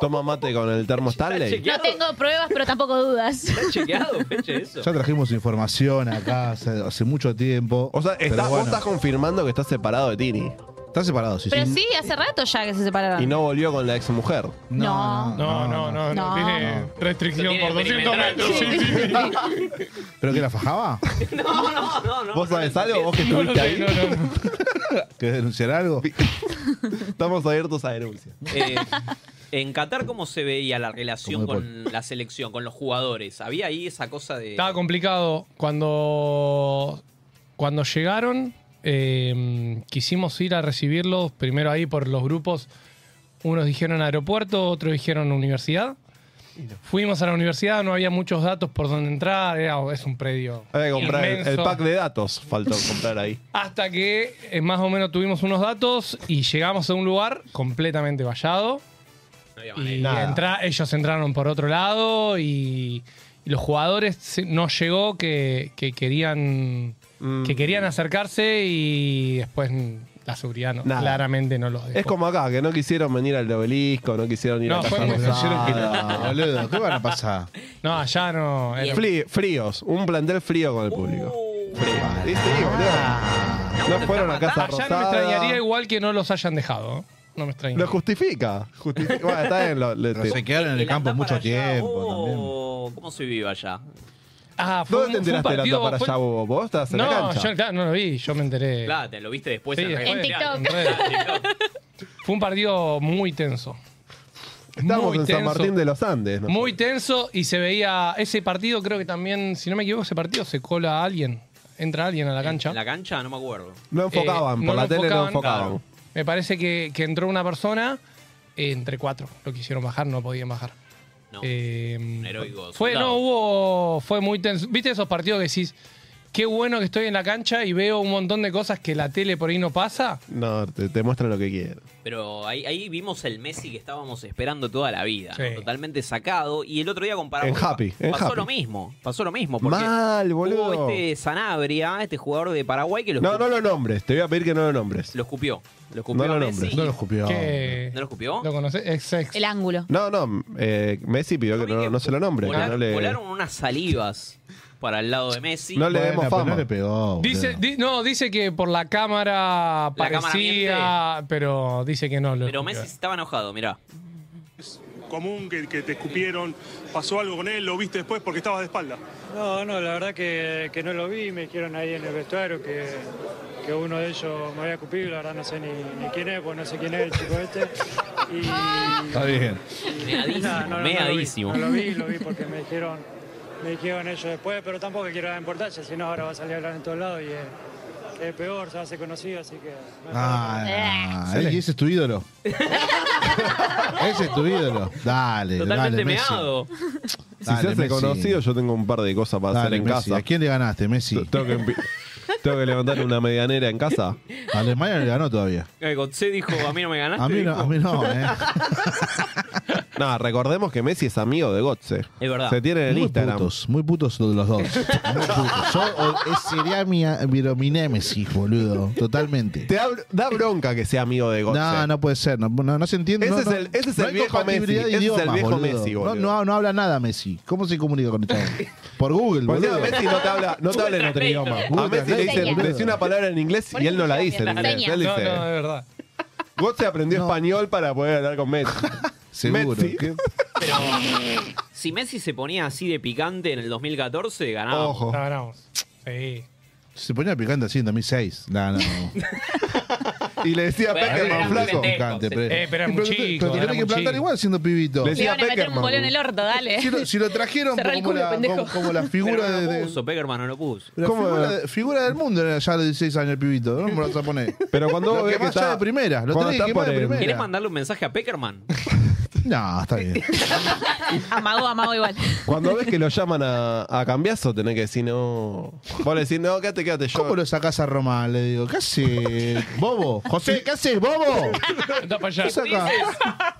Toma mate con el termo Stanley.
no tengo pruebas, pero tampoco dudas.
¿Está chequeado, Peche, eso?
Ya trajimos información acá hace, hace mucho tiempo.
O sea,
Pero
está- vos
bueno,
estás confirmando que estás separado de Tini.
están separados, sí,
Pero
sí.
sí, hace rato ya que se separaron.
Y no volvió con la ex mujer.
No.
No, no, no, no,
No.
tiene restricción
Tiene
por 200
perimetral.
metros. Sí, sí, sí.
¿Pero que la fajaba?
No, no, no, no.
¿Vos
no,
sabés
no,
algo?
no,
¿Vos que
No, no
estuviste
sé,
ahí?
no, no, no.
¿Querés denunciar algo?
Estamos abiertos a denuncias.
Eh, en Qatar, ¿cómo se veía la relación
Como de
con la selección, con los jugadores? ¿Había ahí esa cosa de...?
Estaba complicado. Cuando, cuando llegaron, eh, quisimos ir a recibirlos, primero ahí por los grupos. Unos dijeron aeropuerto, otros dijeron universidad. Fuimos a la universidad, no había muchos datos por donde entrar, era- es un predio.
Hay que comprar el,
inmenso.
el pack de datos. Faltó comprar ahí.
Hasta que eh, más o menos tuvimos unos datos y llegamos a un lugar completamente vallado.
No había manera.
Y
Nada.
entra- ellos entraron por otro lado y, y los jugadores se- no llegó que, que querían
Mm.
que querían acercarse y después mm, la seguridad no,
Nada.
claramente no los dejó.
Es como acá, que no quisieron venir al de obelisco, no quisieron ir
No,
a la
fue
Casa
muy-
Rosada.
dijeron que no, boludo, ¿qué van a
pasar?
No, allá no. eh, era-
Fli- fríos, un plantel frío
Uh,
con el público. Frío.
Uh.
Y sí,
Ah.
boludo. No fueron a Casa
allá no me extrañaría
Rosada.
igual que no los hayan dejado. ¿eh? No me extrañaría.
Lo justifica. justifica. Bueno, está bien. Lo,
Pero se quedaron en el campo mucho tiempo
oh, ¿Cómo se vive allá?
Ah,
¿Dónde te
un- fue un
enteraste de la
partido-
para
fue-
allá, vos? ¿Vos estabas en
no,
la cancha?
yo claro, no lo vi, yo me enteré.
Claro, te lo viste después
Sí,
en
después,
redes sociales.
en redes. Fue un partido muy tenso.
Estábamos
muy
en San
tenso.
Martín de los Andes. ¿no?
Muy tenso y se veía ese partido, creo que también, si no me equivoco, ese partido se cola a alguien. Entra alguien a la cancha.
¿En la cancha? No me acuerdo.
No enfocaban,
Eh,
por
no
la
lo
tele no
enfocaban,
enfocaban.
Me parece que, que entró una persona eh, entre cuatro. Lo quisieron bajar, no podían bajar.
No.
Eh,
Heroico.
fue, no,
soldado.
hubo. Fue muy tenso. ¿Viste esos partidos que decís? Qué bueno que estoy en la cancha y veo un montón de cosas que la tele por ahí no pasa.
No, te, te muestran lo que quieren.
Pero ahí, ahí vimos el Messi que estábamos esperando toda la vida.
Sí.
¿no? Totalmente sacado. Y el otro día comparamos.
En Happy, en
pasó
Happy.
lo mismo. Pasó lo mismo. Porque
Mal, boludo.
Hubo este Sanabria, este jugador de Paraguay que lo,
No,
escu-
no lo nombres. Te voy a pedir que no lo nombres.
lo escupió. Lo escupió
No
a
lo
Messi.
nombres. No lo escupió.
Que-
¿No lo escupió?
¿Lo conoces? Ex, ex.
El ángulo.
No, no. eh, Messi pidió que no, no se lo nombre. que
Volar-
no le...
Volaron unas salivas para el lado de Messi.
No le demos fama.
Dice, di- no, dice que por la cámara
La cámara
parecía, pero dice que no. Lo
Pero Messi estaba enojado, mirá.
común que, que te escupieron, pasó algo con él, lo viste después porque estabas de espalda.
No, no, la verdad que, que no lo vi, me dijeron ahí en el vestuario que, que uno de ellos me había cupido, la verdad no sé ni, ni quién es, pues no sé quién es el chico este. Y,
Está bien.
Meadísimo,
No, no, no,
meadísimo.
No lo, vi, no lo vi, lo vi porque me dijeron, me dijeron ellos después, pero tampoco quiero dar importancia, si no ahora va a salir a hablar en todos lados y es, es peor, se hace conocido, así que...
Ah, él- y ese es tu ídolo. ese es tu ídolo. Dale, dale, Messi.
Si
Dale,
se hace
Messi.
conocido, yo tengo un par de cosas para
Dale,
hacer en
Messi.
casa.
¿A quién le ganaste, Messi?
Tengo que, empi- tengo que levantar una medianera en casa.
A Alemania le ganó todavía.
Eh, Gotze dijo, a mí no me ganaste.
A mí no,
dijo.
a mí no, eh. No, recordemos que Messi es amigo de Gotze.
Es verdad.
Se tienen en
muy
Instagram.
putos, muy putos los los dos. Muy putos. Yo, o- es- sería mi, pero mi némesis, boludo. Totalmente.
Te da, br- da bronca que sea amigo de Gotze.
No, no puede ser. No, no, no se entiende.
Ese
no,
es
no-
el- ese es
no
el
hay
viejo
compatibilidad
Messi,
de
ese es el
idiomas,
viejo
boludo.
Messi, boludo.
No, no, no habla nada Messi. ¿Cómo se comunica con esta gente? Por Google,
Porque
boludo.
encima Pues, Messi no te habla, no te habla en otro idioma. A
Google
Messi le dicen,
Translate.
decí una palabra en inglés y él no la dice en inglés. Él
No, no, de
dice,
verdad.
Gotze aprendió español para poder hablar con Messi.
Seguro.
Messi.
Pero si Messi se ponía así de picante en el 2014, ganaba.
Ojo.
Ya ganamos. Sí.
Se ponía picante así en 2006. No, no.
Y le decía
Bueno,
Peckerman,
era
flaco.
un
Picante, pero-
Eh, pero era muy
te-
chico,
Pero te
era
tenés que
muy
plantar
chico.
igual siendo pibito.
Le iban a meter un bolón en el orto, dale.
Si lo, si lo trajeron
Cerrá el
como
culo,
la,
pendejo.
como, como la figura
Pero
de,
no
de-
lo puso, Peckerman no lo puso.
la
¿Cómo?
figura, de- figura del mundo era ya a los 16 años el pibito, ¿no? Me lo vas a poner.
Pero cuando
Lo
vos ves que
quemás ya
está-
de primera, lo
cuando
tenés
está
que quemar
por
de
el-
primera.
¿Querés mandarle un mensaje a Peckerman?
No, está bien.
Amago, amago igual.
Cuando ves que lo llaman a, a cambiazo, tenés que decir no. Vos le decís, no, quédate, quédate yo.
¿Cómo lo sacás a Román? Le digo, ¿qué haces, bobo? José, ¿qué haces, bobo?
Anda para allá.
¿Qué saca?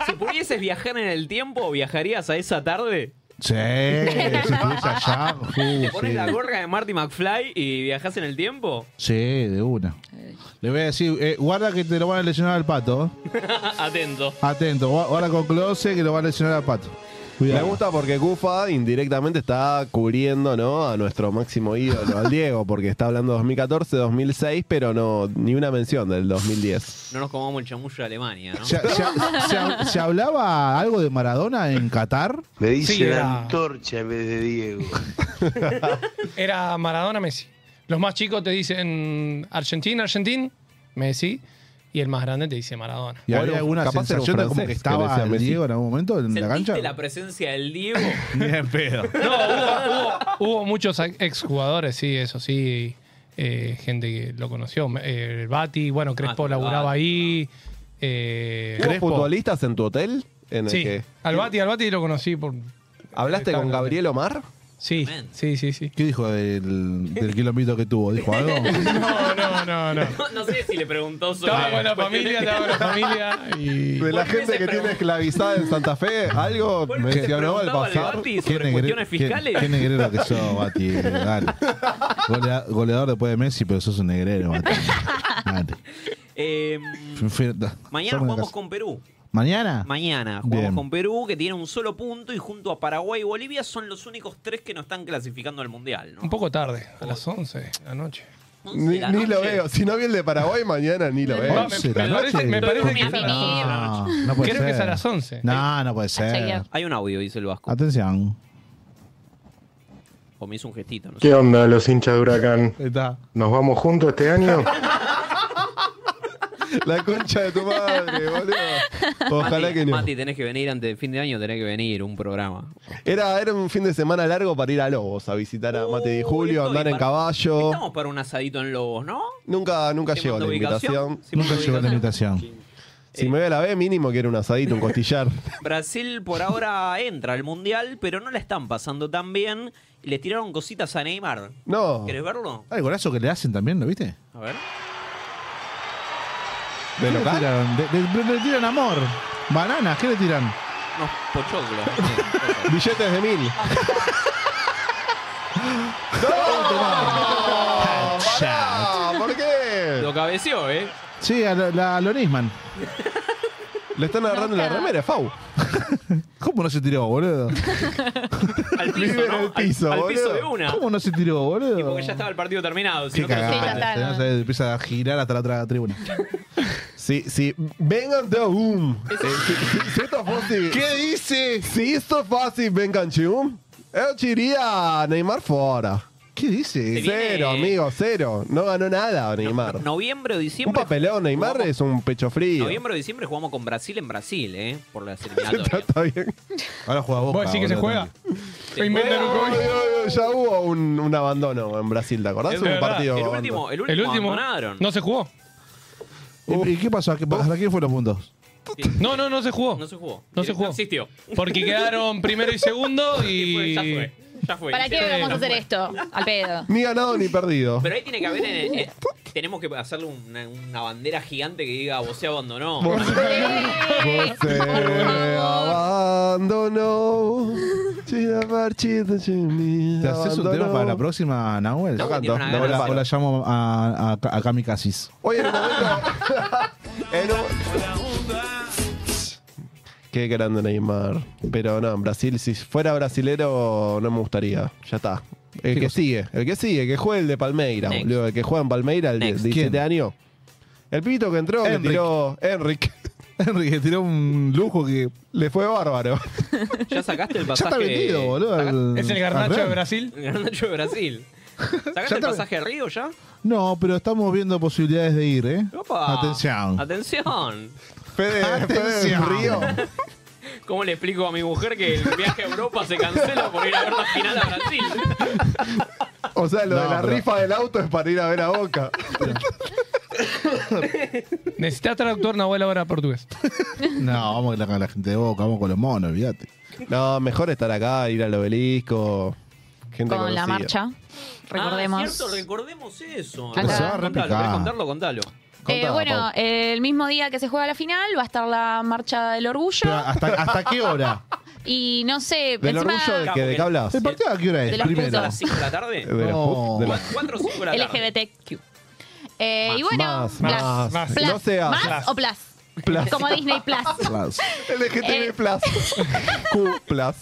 Si pudieses viajar en el tiempo, ¿viajarías a esa tarde?
Sí, si estuviese allá, uh,
¿Te pones
sí.
la gorra de Marty McFly y viajas en el tiempo?
Sí, de una. Le voy a decir, eh, guarda que te lo van a lesionar al pato. ¿eh?
Atento.
Atento, gua- ahora con Close que lo van a lesionar al pato.
Me gusta porque Cufa indirectamente está cubriendo ¿no? a nuestro máximo ídolo, al Diego, porque está hablando 2014, 2006, pero no ni una mención del 2010.
No nos comamos el chamullo de Alemania, ¿no?
¿Se, se- se- se hablaba algo de Maradona en Qatar?
Me
dice Sí, era-
antorcha en vez de Diego.
Era Maradona Messi. Los más chicos te dicen Argentina, Argentín, Messi. Y el más grande te dice Maradona.
¿Y había alguna
capaz era un
sensación de como
francés
que
que
estaba
decía
el
Messi.
Diego en algún momento en la cancha?
¿Sentiste la presencia del Diego?
Ni en pedo.
Hubo muchos exjugadores, sí, eso sí. eh, gente que lo conoció. Eh, el Bati, bueno, Crespo
el
laburaba ahí. eh,
¿Tres futbolistas en tu hotel? En el
Sí,
que-
al Bati, al Bati lo conocí por...
¿Hablaste
Estaba
con
en el hotel.
Gabriel Omar?
Sí, sí, sí, sí.
¿Qué dijo del, del quilombito que tuvo? ¿Dijo algo?
No, no, no, no.
No sé si le preguntó sobre.
Estaba con la familia, estaba con la familia. y-
De la gente que tiene esclavizada en Santa Fe, algo mencionó al
preguntaba al
pasar.
Bati sobre cuestiones
qué-
fiscales?
Qué, negrero que sos, Bati. Dale. Golea- goleador después de Messi, pero sos un negrero, Bati. Dale.
Eh, mañana
Sorry,
jugamos
Lucas.
con Perú.
¿Mañana?
Mañana jugamos
Bien.
con Perú, que tiene un solo punto, y junto a Paraguay y Bolivia son los únicos tres que no están clasificando al Mundial, ¿no?
Un poco tarde, a las 11 de la noche.
Ni,
la
ni lo
noche.
veo. Si no vi el de Paraguay, mañana ni lo veo.
Va, me- me parece- me parece que es a las 11 de la
No,
noche.
no puede
Creo
ser.
que es a las 11.
No, no puede ser.
Hay un audio, dice el Vasco.
Atención.
O me hizo un gestito, no sé.
¿Qué onda, los hinchas de Huracán? ¿Nos vamos juntos este año?
La concha de tu madre, boludo. Ojalá
Mati,
que no.
Mati, tenés que venir antes de fin de año, tenés que venir un programa.
Era, era un fin de semana largo para ir a Lobos, a visitar a Mate y Julio, andar en caballo.
Uh, Estamos para un asadito en Lobos, ¿no?
Nunca, nunca llegó la
mando
invitación.
ubicación? Sí, eh. Nunca mando llegó la ubicación.
invitación.
Si me voy a la B, mínimo quiero un asadito, un costillar.
Brasil por ahora entra al Mundial, pero no la están pasando tan bien. Y le tiraron cositas a Neymar.
No.
¿Querés verlo?
Ah, el golazo que le hacen también, ¿lo viste?
A ver.
¿Qué le tiran? De- de- le tiran amor. Bananas, ¿qué le tiran?
Unos pochoclos.
Billetes de mil.
Headshot.
¿Por qué?
Lo cabeció, ¿eh?
Sí, a la, la Lonisman.
Le están agarrando la remera, Fau.
¿Cómo no se tiró, boludo?
Al piso,
Vive en
¿no?
el
Al-
piso,
al, piso
boludo.
de una.
¿Cómo no se tiró, boludo?
Porque ya estaba el partido terminado.
Qué
sino que lo
cagada, este,
sacaron.
¿no? Se Empieza a girar hasta la otra tribuna.
Sí, sí. Vengan de Zoom. Si esto es fácil.
¿Qué dice?
Si esto es fácil, vengan Zoom. Yo te iría a Neymar fuera.
¿Qué dice?
Cero, amigo, cero. No ganó nada Neymar.
Noviembre o
un
diciembre.
papeleo Neymar es un pecho frío.
Noviembre o diciembre jugamos con Brasil en Brasil, ¿eh? Por las
Está,
eliminatorias.
está bien.
Ahora juega Boca.
¿Vos decís que se
boludo,
juega?
Se
inventan un
juega.
Ay, ay, ay, Ya hubo un, un abandono en Brasil, ¿te acordás?
Es
un
verdad.
partido.
El
abandono.
último, el último, abandonaron.
No se jugó.
¿Y, y qué pasó? ¿A qué, ¿Para quién fueron los puntos?
No, no, no se jugó.
No se jugó.
No se jugó.
No existió.
Porque quedaron primero y segundo y.
Ya fue. Ya fue.
¿Para qué
Ya
vamos a
fue.
hacer esto? Al pedo.
Ni ganado ni perdido.
Pero ahí tiene que haber.
Uh,
eh, eh, tenemos que hacerle una, una bandera gigante que diga vos se abandonó.
Se abandonó. Chida marchita, chimí,
¿Te haces un
abandonó.
tema para la próxima, Nahuel?
No,
Yo
tiene
canto.
una
O
gana.
la, o la llamo a, a, a Cami Casis.
Oye, en un momento- en un- Qué grande Neymar. Pero no, en Brasil, si fuera brasilero, no me gustaría. Ya está. El que sigue, el que sigue, que juegue el de Palmeira,
Next.
boludo. El que juega en Palmeira, el de
Next.
17 años. El pibito que entró, que
Enric.
tiró Enric.
Enrique tiró un lujo que.
Le fue bárbaro.
Ya sacaste el
Ya
pasaje.
está vendido, boludo. al-
Es el
al
garnacho
Real.
de Brasil.
El Garnacho de Brasil. ¿Sacaste el
está-
pasaje a Río ya?
No, pero estamos viendo posibilidades de ir, ¿eh?
Opa.
Atención.
Atención.
Fede, Fede del
Atención.
Río.
¿Cómo le explico a mi mujer que el viaje a Europa se cancela por ir a ver la final a Brasil?
O sea, lo de
No,
la
pero-
rifa del auto es para ir a ver a Boca.
Necesitas traductor Nahuel ahora a portugués.
No, vamos con la, con la gente de boca, vamos con los monos, olvídate.
No, mejor estar acá, ir al obelisco. Gente
Con la
conocida.
marcha.
Ah,
Recordemos.
cierto, recordemos eso.
Pero se va a
Contalo,
replicar.
¿querés contarlo? Contalo.
Eh,
Contá,
bueno, el mismo día que se juega la final va a estar la marcha del orgullo.
Pero ¿hasta, ¿Hasta qué hora?
Y no sé,
¿Del
encima
orgullo de qué, de qué hablas?
¿El partido a qué hora es?
De los
¿A
Primero.
las 5 de la tarde?
De los
No.
pu- de los-
4 o 5 de la tarde.
LGBTQ. Eh, y bueno,
Más,
plus,
más, más.
plus,
No seas-
más o plus.
Plus.
Como Disney Plus.
Las-
LGTB
Eh.
Plus. Q Plus.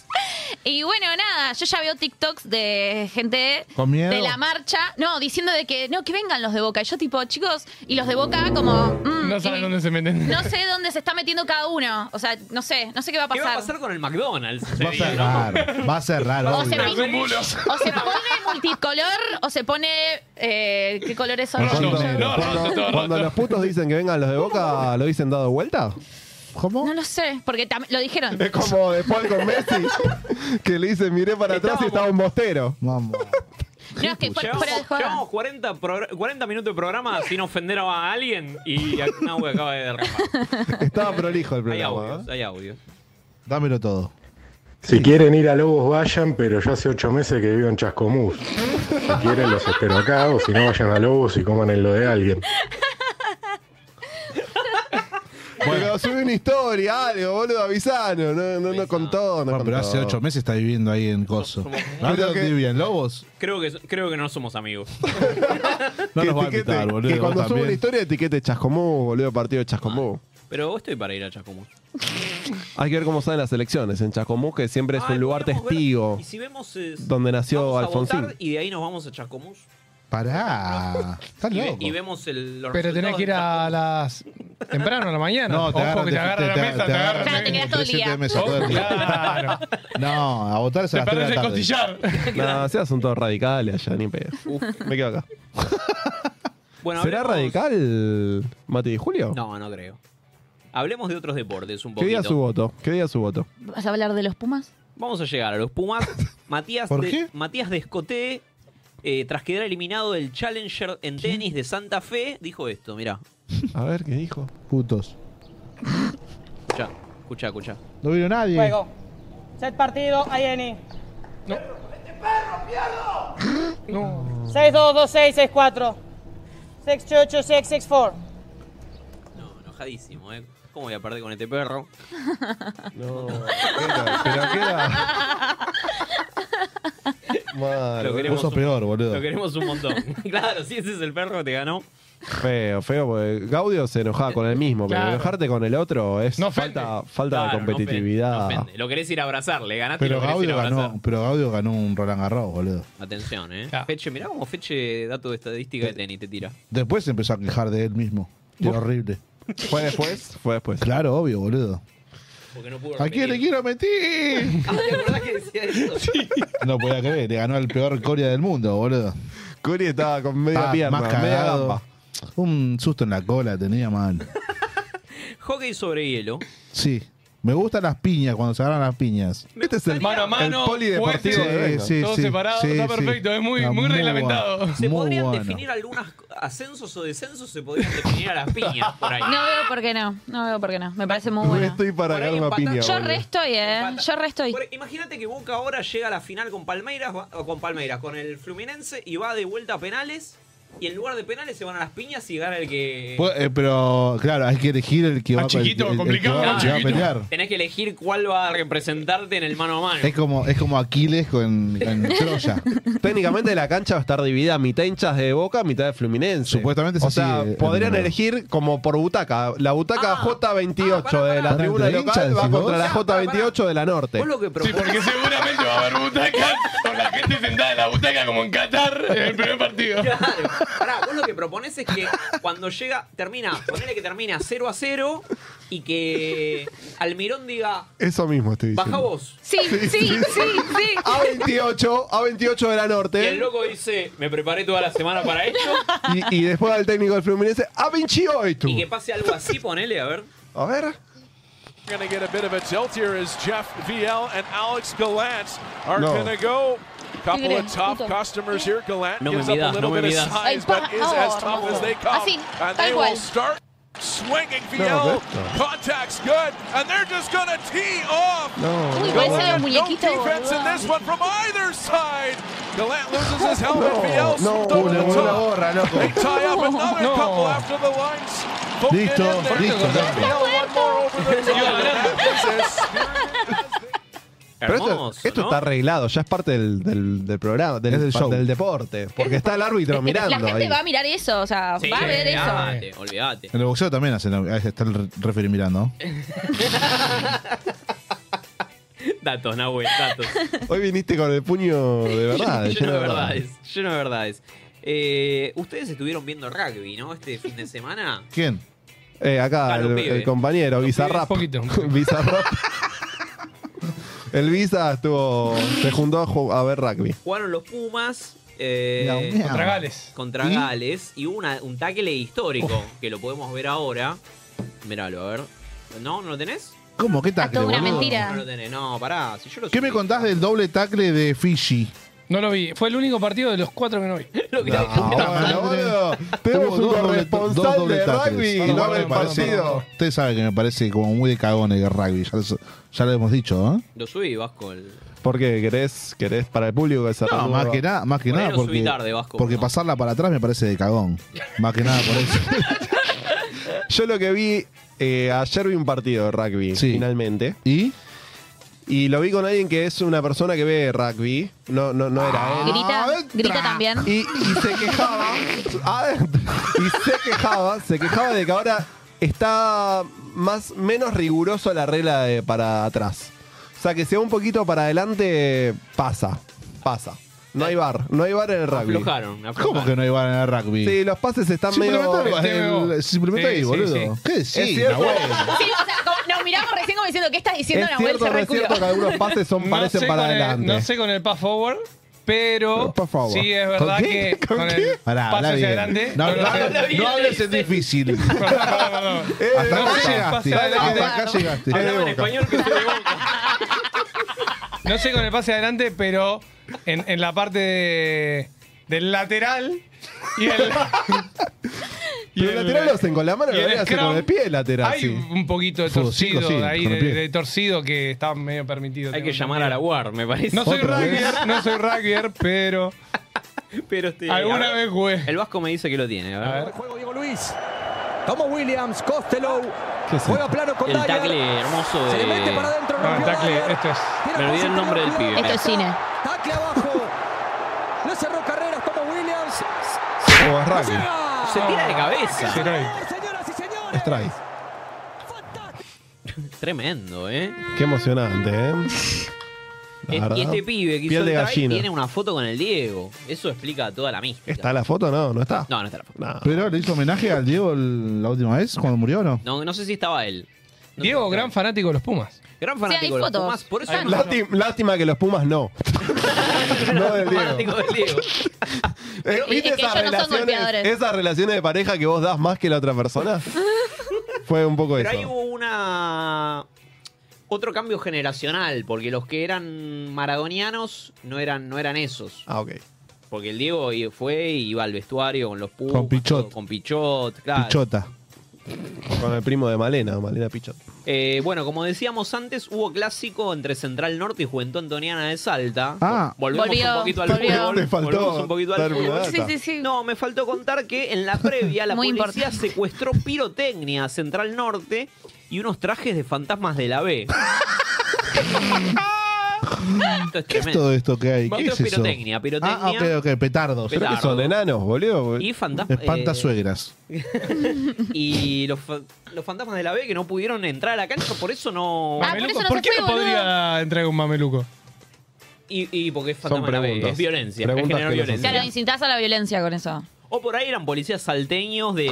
Y bueno, nada, yo ya veo TikToks de gente
¿Con miedo?
de la marcha, no, diciendo de que no, que vengan los de Boca. Y yo tipo, chicos, y los de Boca como... mm,
No
y
saben dónde se meten.
No sé dónde se está metiendo cada uno. O sea, no sé, no sé qué va a
¿Qué
pasar.
va a pasar con el McDonald's? ese
Va a
día, no?
cerrar, va a cerrar,
O se,
obvio.
pin- o se pone multicolor o se pone... eh, ¿Qué colores son?
Rojo,
Yo-
negro.
No, no, no,
Cuando,
no,
cuando
no.
los putos dicen que vengan los de Boca, ¿lo dicen dado vuelta?
¿Cómo?
No lo sé, porque tam- lo dijeron.
Eh,
Es como de Paul con Messi, que le dicen miré para atrás y estaba un bostero.
Vamos.
No, es que fue
Llevamos,
fuera de joda.
llevamos 40, progr- 40 minutos de programa sin ofender a alguien y a- no, güey, acaba de derramar.
Estaba prolijo el
Hay
programa. ¿eh?
audios, hay audios.
Dámelo todo.
Si quieren ir a Lobos, vayan, pero yo hace ocho meses que vivo en Chascomús. Si quieren, los espero acá, o si no, vayan a Lobos y coman en lo de alguien.
Bueno, sube una historia, algo, boludo, avisano. No, no, no contó, no
Bueno, pero
contó.
hace ocho meses está viviendo ahí en Coso. ¿Dónde
Creo que-
vivía? ¿En Lobos?
Creo que, creo que no somos amigos.
No
Que
nos va a
etiquete-
invitar, boludo.
Que cuando
vos
sube una
también.
historia, etiquete Chascomú, boludo, partido de Chascomú.
Pero estoy para ir a Chascomús.
Ah. Hay que ver cómo salen las elecciones en Chascomú, que siempre es
Ay,
un lugar
podríamos ver-
testigo.
Y si vemos. eh,
donde nació
vamos a votar
Alfonsín.
y de ahí nos vamos a Chascomús.
Pará. Estás
Y, ve-
loco.
y vemos el, los
Pero tenés
resultados
que ir a las. temprano, a la mañana.
No, te
Ojo
agarran,
que
te-
te agarra la
te-
mesa,
te
te agarra.
agarran
te quedás todo el
Siete
día.
meses, todo el día. Ah,
Claro.
No, a votarse a las
Te
tres de la
parece
tarde.
costillar. No, seas son todos radicales allá, ni pedo. Me quedo acá.
Bueno,
¿Será
hablemos-
radical Mati y Julio?
No, no creo. Hablemos de otros deportes un
¿Qué
poquito.
día su voto? ¿Qué día su voto?
¿Vas a hablar de los Pumas?
Vamos a llegar a los Pumas. Matías,
¿Por
de,
qué?
Matías Descoté, eh, tras quedar eliminado del Challenger en tenis de Santa Fe, dijo esto, mirá.
A ver, ¿qué dijo?
Putos.
Escucha, escucha, escucha.
No vino nadie.
Juego. Set partido, Ayeni. No. ¡Este perro, pierdo! 6-2-2-6-6-4. 6-8-6-6-4.
Enojadísimo, ¿eh? ¿Cómo voy a perder con este perro?
No. Pero queda. Mal,
queremos
Vos sos
un-
peor, boludo.
Lo queremos un montón. claro, si ese es el perro que te ganó.
Feo, feo, porque Gaudio se enojaba con el mismo, pero
Claro.
enojarte con el otro es falta, falta de
Claro, no ofende,
competitividad.
no ofende. Lo querés ir a abrazar, le ganaste y
Pero
lo querés ir a
Gaudio,
abrazar.
ganó, pero Gaudio ganó un Roland Garros, boludo.
Atención, eh. Feche, mirá cómo Feche, dato de estadística de tenis, te tira.
Después se empezó a quejar de él mismo. Qué horrible.
¿Fue después? Fue después.
Claro, obvio, boludo.
Porque no pudo
¿A quién le quiero meter? No podía creer, le ganó al peor Coria del mundo, boludo. Ah,
Coria estaba con media pierna,
más
media
cagado.
gamba.
Un susto en la cola tenía, mal.
Hockey sobre hielo.
Sí. Me gustan las piñas, cuando se agarran las piñas.
Este es el,
Mano a mano,
el polideportivo
jueces,
de Venga.
sí,
todo
sí,
separado,
sí,
está
sí.
perfecto, es muy,
Está
muy,
muy
reglamentado.
bueno.
Se
Muy
podrían
bueno.
definir algunas ascensos o descensos, se podrían definir a las piñas por ahí.
No veo por qué no. No veo por qué no. Me parece muy
No
Ah, bueno.
estoy para
Por ahí
agarrar una
empatás.
piña.
Yo
boludo.
re estoy, ¿eh? Yo re estoy.
e-
Por- Imagínate que Boca ahora llega a la final con Palmeiras, va- o con Palmeiras, con el Fluminense y va de vuelta a penales. Y en lugar de penales se van a las piñas y gana el que.
Pues, eh, pero claro, hay que elegir el que va con el-
chiquito,
el- el que
complicado,
va- el que va a
chiquito.
pelear.
Tenés que elegir cuál va a representarte en el mano a mano.
Es como, es como Aquiles con, con Troya.
Técnicamente la cancha va a estar dividida mitad hinchas de Boca, mitad de Fluminense.
Supuestamente es
O
así,
sea,
eh,
podrían
el-
elegir como por butaca. La butaca J28 de la
Para
tribuna
entre
local
hinchas,
va
decís
contra
vos.
la J28 de la norte.
Vos lo que
Sí,
proponés.
porque seguramente va a haber butacas con la gente sentada en la butaca como en Qatar en el primer partido.
Claro. Pará, vos lo que proponés es que cuando llega, termina, ponele que termina 0 a 0 y que Almirón diga,
Eso mismo estoy
baja vos.
Sí, sí, sí, sí.
A28, A28 de la
Y
norte.
el loco dice, me preparé toda la semana para esto.
Y, y después al técnico del Fluminense,
Y que
A28.
pase algo así, ponele, a ver.
A ver.
Going to get a bit of a tilt here as Jeff VL and Alex Gallant are
No.
going to go. Couple of
Tigre,
tough
puto.
customers here. Gallant
No me
gives up
midas,
a little
no me
bit of
midas.
Ay, oh,
size,
por
but is as tough
favor.
as they come.
Así,
and
tal
they
cual.
will start swinging
No,
VL.
Beto.
Contact's good, and they're just going to tee off.
No.
Uy, parece
Gallant,
un
no
muñequito,
defense in
boludo.
this one from either side. Gallant loses his helmet.
No,
VL
no,
scooped over
le
the
voló la
top.
gorra, loco.
They tie up another
No.
couple after the lines. Both get
Listo,
in there.
listo,
VL one more over the top.
Pero esto,
Hermoso,
esto
¿no?
está arreglado, ya es parte del, del- del programa, del,
Es del
pa-
show.
del deporte. Porque está el árbitro mirando.
La gente
ahí.
va a mirar eso, o sea,
Sí,
va a ver eso.
olvídate, olvídate.
En el boxeo también hacen, ahí está el re- referee mirando.
Este, Datos, Nahuel, datos.
Hoy viniste con el puño de verdad.
lleno de verdades, lleno de verdades. Eh, ustedes estuvieron viendo rugby, ¿no? Este fin de semana.
¿Quién?
Eh, acá
Están los
el,
pibes.
el compañero, Bizarrap. Bizarrap. el Visa estuvo. Se juntó a, ju- a ver rugby.
Jugaron los Pumas. eh,
Miau, miau. Contra
Gales.
Contra Gales. Y hubo una- un tackle histórico que lo podemos ver ahora. Míralo, a ver. ¿No? ¿No lo tenés?
¿Cómo? ¿Qué tacle,
toda una
boludo?
mentira.
No lo tenés. No, pará. Si yo lo
¿Qué me contás del doble tacle de Fiji?
No lo vi. Fue el único partido de los cuatro que no vi.
Lo que
No, bueno, boludo. Tenemos un
Hubo doble-
corresponsal
doble
de
tackles.
rugby
No,
y no
bueno,
del
me parece-
partido.
Ustedes saben que me parece como muy de cagones el rugby. Ya, les- ya lo hemos dicho, ¿eh?
Lo subí, Vasco. el-
¿Por qué? ¿Querés, querés para el público que se
No,
remueva?
más que nada, más que
Por ahí
nada
lo subí
porque,
tarde, Vasco,
porque
¿no?
pasarla para atrás me parece de cagón. Más que nada por eso.
Yo lo que vi, eh, ayer vi un partido de rugby, finalmente.
¿Y?
Y lo vi con alguien que es una persona que ve rugby. No, no, no era él.
Ah. Grita, grita también.
Y, se quejaba. Adentro. Y se quejaba, se quejaba de que ahora está más, menos riguroso la regla de para atrás. O sea, que si va un poquito para adelante, pasa. Pasa. No hay bar, no hay bar en el rugby.
Aflojaron, aflojaron.
¿Cómo que no iban a rugby?
Sí, los pases están medio.
Simplemente el- el- simplemente ahí, boludo. ¿Qué decís,
Es cierto.
Nahuel?
Sí, o sea, como- nos miramos recién como diciendo, ¿qué estás diciendo,
Es
Nahuel?
cierto,
Se
no es
reculo.
cierto que algunos pases son, parecen
sé
para
con el-
adelante.
no sé con el pass forward, pero
forward.
sí es
¿Con
verdad
qué?
que con el
Pará,
paso
habla
hacia
bien.
adelante.
No, no,
lo sé.
no, no hables en difícil.
no
Hasta
sé,
acá
pase
llegaste.
adelante.
Hasta acá llegaste.
Hablaba en español que soy de Boca. No sé con el pase adelante, pero en, en la parte de- del lateral y el,
Pero el lateral lo hacen con la mano,
y
lo
el
hacen
scrum,
con el pie el lateral.
hay
sí.
un poquito de
Fútbol
torcido,
cinco, sí,
de ahí,
con
de,
el pie.
de torcido que está medio permitido.
Hay
tengo
que llamar a la
entendido.
UAR, me parece.
No soy
¿eh?
rugbyer, no soy rugbyer, pero
Pero este,
Alguna
a ver, El Vasco me dice que lo tiene. A ver.
Juego Diego Luis. Toma Williams, Costello. Juega plano con
El
Dyer.
tackle hermoso de.
Se le mete para adentro.
No, el tackle,
esto este es.
Me olvidé el nombre del pibe.
Esto es cine.
Tacle abajo. Le cerró carreras. Toma Williams.
O es rugby.
Se tira de cabeza.
Strike.
Tremendo, ¿eh?
Qué emocionante, ¿eh? La
Y-
verdad.
y este pibe que hizo
Piel
el
de
try
gallina.
tiene una foto con el Diego. Eso explica toda la mística.
¿Está la foto? No, no está.
No, no está la foto.
Pero le hizo homenaje al Diego el- la última vez cuando murió o no.
No, no sé si estaba él.
Diego, gran fanático de los Pumas.
Gran
hay
fanático de los
fotos.
Pumas, por eso
Hay
no-
Lástima, lástima que los Pumas no. no del
fanático
Diego.
del Diego.
Eh,
Y-
¿Viste
es que
esas
ellos no son
relaciones,
golpeadores.
esas relaciones de pareja que vos das más que la otra persona? Fue un poco
Pero ahí
eso.
hubo una. Otro cambio generacional, porque los que eran maradonianos no eran, no eran esos.
Ah, ok.
Porque el Diego i- fue y iba al vestuario con los Pumas.
Con Pichot.
todo, Con Pichot, claro.
Pichota.
Ah, Con el primo de Malena, Malena Pichot.
Eh, bueno, como decíamos antes, hubo clásico entre Central Norte y Juventud Antoniana de Salta.
Ah.
volvemos
Volvió,
un poquito al
volvió.
fútbol.
Te faltó
volvemos un poquito al
dar una
fútbol.
data. Sí, sí,
No, me faltó contar que en la previa la
Muy
policía
importante.
secuestró pirotecnia a Central Norte y unos trajes de fantasmas de la B. Esto es
¿Qué es
tremendo.
todo esto que hay? ¿Qué
Esto
es
es
eso?
pirotecnia, pirotecnia.
Ah, ok, ok, petardos.
Creo que son
enanos, boludo.
Y fantasmas.
Espanta suegras.
y los, fa- los fantasmas de la B que no pudieron entrar a la cancha, por eso no.
Ah, por
Mameluco,
eso no
¿Por
se
qué
fue,
no
boludo.
podría entrar un mameluco?
Y, y porque es fantasma de la B,
preguntas.
es violencia, es
Preguntas
generar
que no se
violencia.
Claro, incitás a la violencia con eso.
O por ahí eran policías salteños de,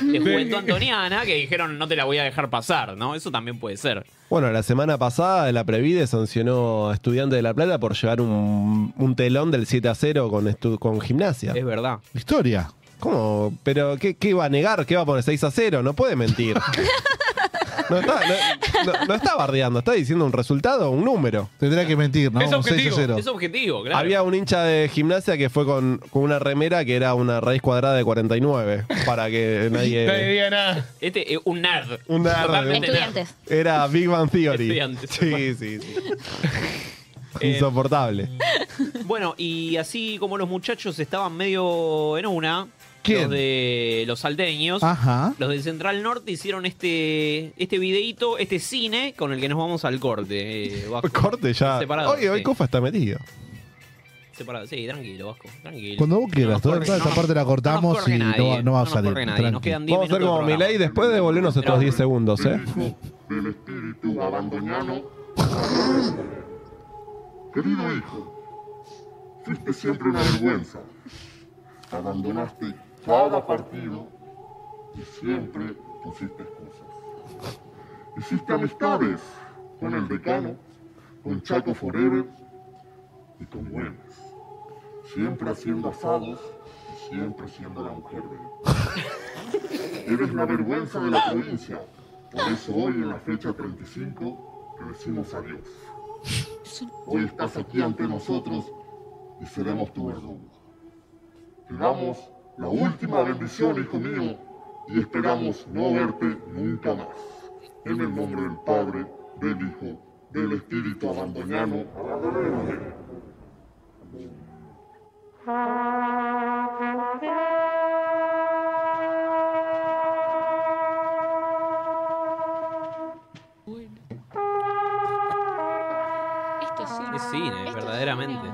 de Juventud Antoniana que dijeron no te la voy a dejar pasar, ¿no? Eso también puede ser.
Bueno, la semana pasada la Previde sancionó a Estudiantes de La Plata por llevar un, un telón del 7 a 0 con, estu- con gimnasia.
Es verdad.
Historia.
¿Cómo? ¿Pero qué, qué va a negar? ¿Qué va a poner 6 a 0? No puede mentir. No está, no- no- no está bardeando, está diciendo un resultado, un número.
Tendrá que mentir, ¿no?
es
Un 6
objetivo,
a 0.
es objetivo, claro.
Había un hincha de gimnasia que fue con, con una remera que era una raíz cuadrada de 49 para que
Nadie
nadie...
diga nada.
Este es un nerd.
Un nerd,
Totalmente
un-
nerd.
Estudiantes.
Era Big Bang Theory.
Estudiantes.
Sí, sí, sí.
Eh,
Insoportable.
Bueno, y así como los muchachos estaban medio en una,
¿Quién?
los de los salteños,
Ah.
Ajá.
los de Central Norte hicieron este, este videíto, este cine con el que nos vamos al corte. eh, Vasco.
Corte ya.
Separado,
Oye, hoy
sí.
Cofa está metido.
Separado. Sí, tranquilo, Vasco. Tranquilo.
Cuando vos
No
quieras,
nos
toda,
corre-
toda
no
esta
nos-
parte la cortamos
corre
y no,
nadie,
va- no va a
no nos
salir.
corre nadie, nos
tranqui.
quedan 10
Vamos a hacer
minutos
como
de programa.
Milei después devolvernos estos 10 segundos, ¿eh?
del espíritu abandoniano. Querido hijo, fuiste siempre una vergüenza. Abandonaste cada partido y siempre pusiste excusas. Hiciste amistades con el decano, con Chaco Forever y con Güemes. Siempre haciendo asados y siempre siendo la mujer de él. Eres la vergüenza de la provincia. Por eso hoy, en la fecha 35, te decimos adiós. Hoy estás aquí ante nosotros y seremos tu verdugo. Te damos la última bendición, hijo mío, y esperamos no verte nunca más. En el nombre del Padre, del Hijo, del Espíritu Abandoniano. Amén.
Esto sí.
Es cine, verdaderamente.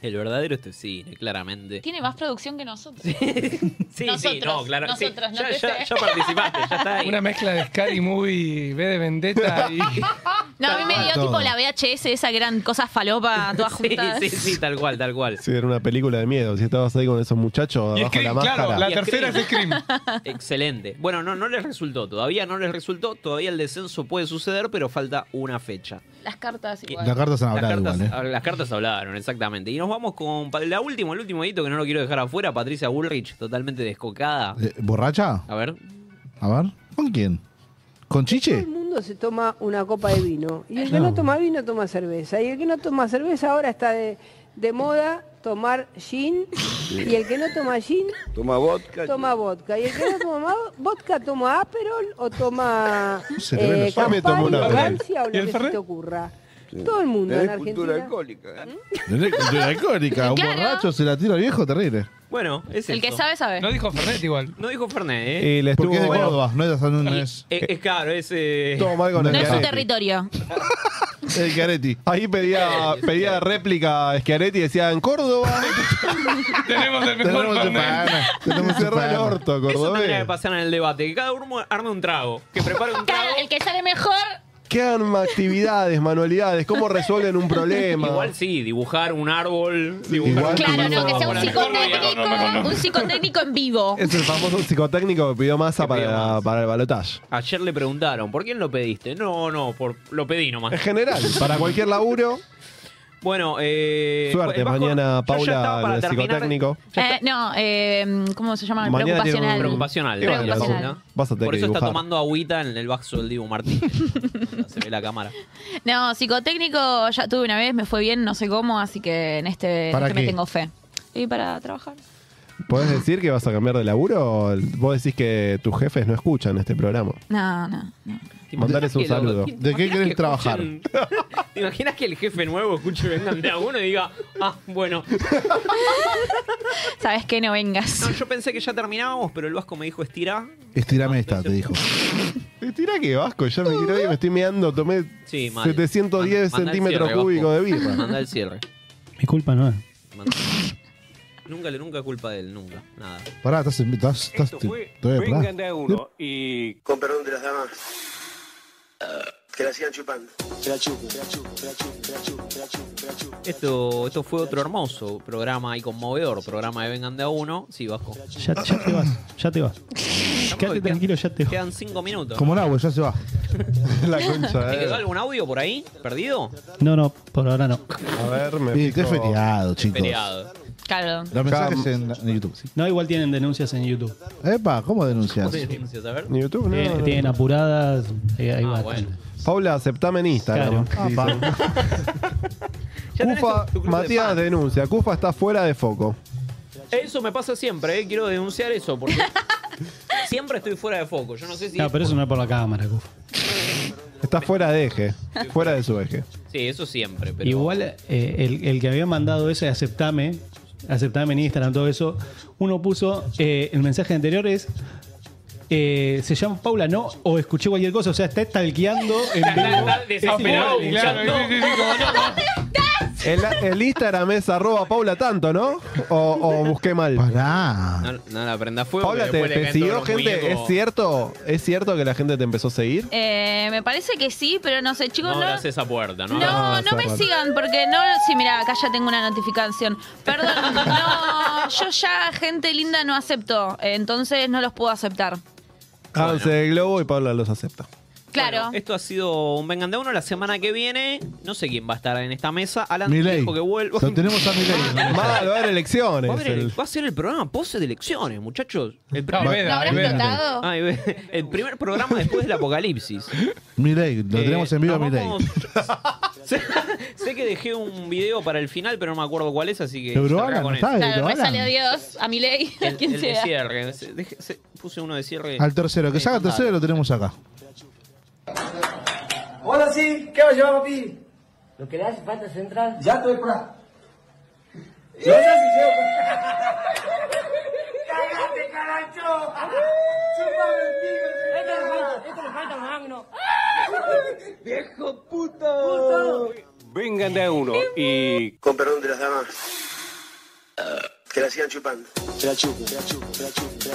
El verdadero esto es cine, claramente.
Tiene más producción que nosotros.
Sí, sí,
Nosotros,
no, claro. sí.
nosotros, no
ya,
te
ya-
sé.
ya participaste, ya está ahí.
Una mezcla de Scary Movie, B de Vendetta y.
No, a mí me dio
Todo.
tipo la VHS, esa que eran cosas falopa, todas juntas.
Sí, sí, tal cual, tal cual.
Sí, era una película de miedo. Si estabas ahí con esos muchachos
Y
abajo de la
Scream, claro,
máscara.
la Y tercera Scream. es
Este
Excelente. Bueno, no, no les resultó, todavía no les resultó, todavía el descenso puede suceder, pero falta una fecha.
Las cartas igual.
Las cartas han
Las
hablado
cartas,
igual, ¿eh?
las cartas hablaron, exactamente. Y nos vamos con pa- la última, el último hito que no lo quiero dejar afuera, Patricia Bullrich, totalmente descocada.
¿eh? Eh, ¿Borracha?
A ver.
A ver. ¿Con quién? ¿Con Chiche?
Todo el mundo se toma una copa de vino. Y el que no
No.
toma vino toma cerveza. Y el que no toma cerveza ahora está de, de moda tomar gin. Y el que no toma gin
Toma vodka.
toma vodka. Y el que no toma vodka toma aperol o toma
Se te ven
eh,
los ojos. Me tomo una
Campari,
Fernet.
Francia o lo
¿Y el
que se
Fernet?
te ocurra. Todo el mundo
Tenés
en
cultura
Argentina.
alcohólica. ¿eh?
Tenés cultura alcohólica. Un
Claro.
borracho se la tira al viejo, terrible.
Bueno, es
El que
esto.
sabe, sabe.
No dijo Fernet igual.
No dijo Fernet, ¿eh?
Y le
Porque es de
estuvo-
Córdoba, no es de San Núñez.
Es, es claro, es... eh,
Todo mal con
No
el
es su
Chiaretti.
territorio.
El Chiaretti.
Ahí pedía, pedía réplica a Schiaretti y decía, en Córdoba
Tenemos el mejor
tenemos
Fernet.
chupana. Tenemos cerrar el orto,
Eso tendría que
cordobés.
pasar en el debate, que cada uno arme un trago, que prepare un trago.
Claro, el que sale mejor.
¿Qué arma actividades, manualidades? ¿Cómo resuelven un problema?
Igual sí, dibujar un árbol, dibujar
Igual
un
Claro, no,
no,
que sea un
no,
psicotécnico. Un psicotécnico en vivo.
Es el famoso psicotécnico que pidió masa para, para el balotaje.
Ayer le preguntaron, ¿por quién lo pediste? No, no, por lo pedí nomás.
En general, para cualquier laburo.
Bueno, eh,
Suerte,
el Vasco-
mañana
yo ya estaba para
Paula, el
terminar.
psicotécnico.
Eh, no, eh, ¿cómo se llama?
Mañana tiene
Preocupacional.
un-
Preocupacional.
Y bueno,
Preocupacional.
vas a- vas a tener
Por
que
eso está
dibujar.
tomando agüita en el vaso del Dibu Martín. Se ve la cámara.
No, psicotécnico ya tuve una vez, me fue bien, no sé cómo, así que en este, en
¿Para
este me
qué?
tengo fe. Y para trabajar.
¿Podés decir que vas a cambiar de laburo? o Vos decís que tus jefes no escuchan este programa.
No, no.
Mandales un saludo.
¿De qué querés trabajar?
¿Te imaginas que el jefe nuevo escuche vengan de a uno y diga, ah, bueno.
Sabes que no vengas.
No, yo pensé que ya terminábamos, pero el Vasco me dijo estira.
Estirame esta, te dijo.
Tira que vasco, ya me tiré me estoy meando, tomé
Sí, mal.
710
Manda- manda el
centímetros
cierre,
cúbicos de
Vasco.
birra.
Manda el cierre.
Mi culpa no es.
Manda- Nunca le nunca culpa de él, nunca. Nada.
Pará, estás. en- estás, estás te, te voy a parar.
Vengan de a uno y. Con perdón de las damas. Que la sigan chupando. Que la chupen, que la chupen, que la chupen, que la chupen, que la chupen, que la chupen.
Esto, esto fue otro hermoso programa y conmovedor, programa de Vengan de a uno. Sí, Vasco.
Ya, ya te vas, ya te vas. Quédate tranquilo, ya te vas.
Quedan cinco minutos.
Como el agua, ya se va.
La
¿Te quedó algún audio por ahí? ¿Perdido?
No, no, por ahora no.
A ver, me
Sí,
fijo.
qué feriado, chicos.
Feriado.
Claro.
Los mensajes en, en YouTube. sí.
No, igual tienen denuncias en YouTube.
Epa, ¿cómo denuncias?
YouTube,
Tienen, tienen apuradas. eh, ahí va.
Paula, aceptame en Instagram.
Claro. Ah,
Dicen. Cufa, Matías denuncia. Cufa está fuera de foco.
Eso me pasa siempre, eh, quiero denunciar eso porque siempre estoy fuera de foco. Yo no sé si.
No, pero eso no es por la cámara, Cuf.
Está fuera de eje. Fuera de su eje.
Sí, eso siempre, pero.
Igual eh, el, el que había mandado ese aceptame, aceptame en Instagram, todo eso, uno puso, eh, el mensaje anterior es, eh, se llama Paula, ¿no? O escuché cualquier cosa, o sea, está stalkeando en
Está-
vivo.
está desesperado,
Sí,
Ah, claro,
claro,
sí, sí, sí, como no.
El, el Instagram es arroba Paula tanto, ¿no? O, o busqué mal.
Pará.
No, no la prenda fuego.
Paula,
que
¿te,
después le
te
caen
siguió
todos los
gente? ¿Es
muñecos.
cierto? ¿Es cierto que la gente te empezó a seguir?
Eh, me parece que sí, pero no sé, chicos,
No
no.
abras esa puerta, ¿no?
No, no,
abras esa
me
puerta.
sigan porque no. Sí, mira, acá ya tengo una notificación. Perdón, no, yo ya gente linda no acepto, eh, entonces no los puedo aceptar.
Avance de globo y Paula los acepta.
Claro.
Esto ha sido un Vengan de a Uno. La semana que viene, no sé quién va a estar en esta mesa. Alan
Milei.
dijo que vuelvo.
Lo tenemos a Milei.
Mal, va a haber elecciones.
Va a, haber ele-
El-
va a ser el programa post de elecciones, muchachos. El
No, Veda, ¿No habrá Veda. explotado?
Ay, ve- el primer programa después del apocalipsis.
Milei, lo
Eh,
tenemos en vivo a
nos
Milei.
vamos- sé que dejé un video para el final, pero no me acuerdo cuál es, así que.
Pero
cerrá
Alan,
con
¿no
eso.
está? Pero
Claro, me
Alan.
sale a Dios, a mi ley, a
El,
quien
el de
sea.
cierre. Se- dejé- se- puse uno de cierre.
Al tercero, que
Eh,
se haga tercero, lo
dale.
tenemos acá.
Ahora sí, ¿qué va a llevar, papi? Lo que le hace falta central. Ya estoy por acá. No sé si llevo.
¡Cállate, caracho!
¡Chúpame el pico,
Esto le
señora!
falta, esto le falta magno.
¡Viejo puto!
Vengan de a uno y.
Con perdón de las damas. ah, que la sigan chupando. Que la chupen, que la chupen, que la chupen, que la chupen.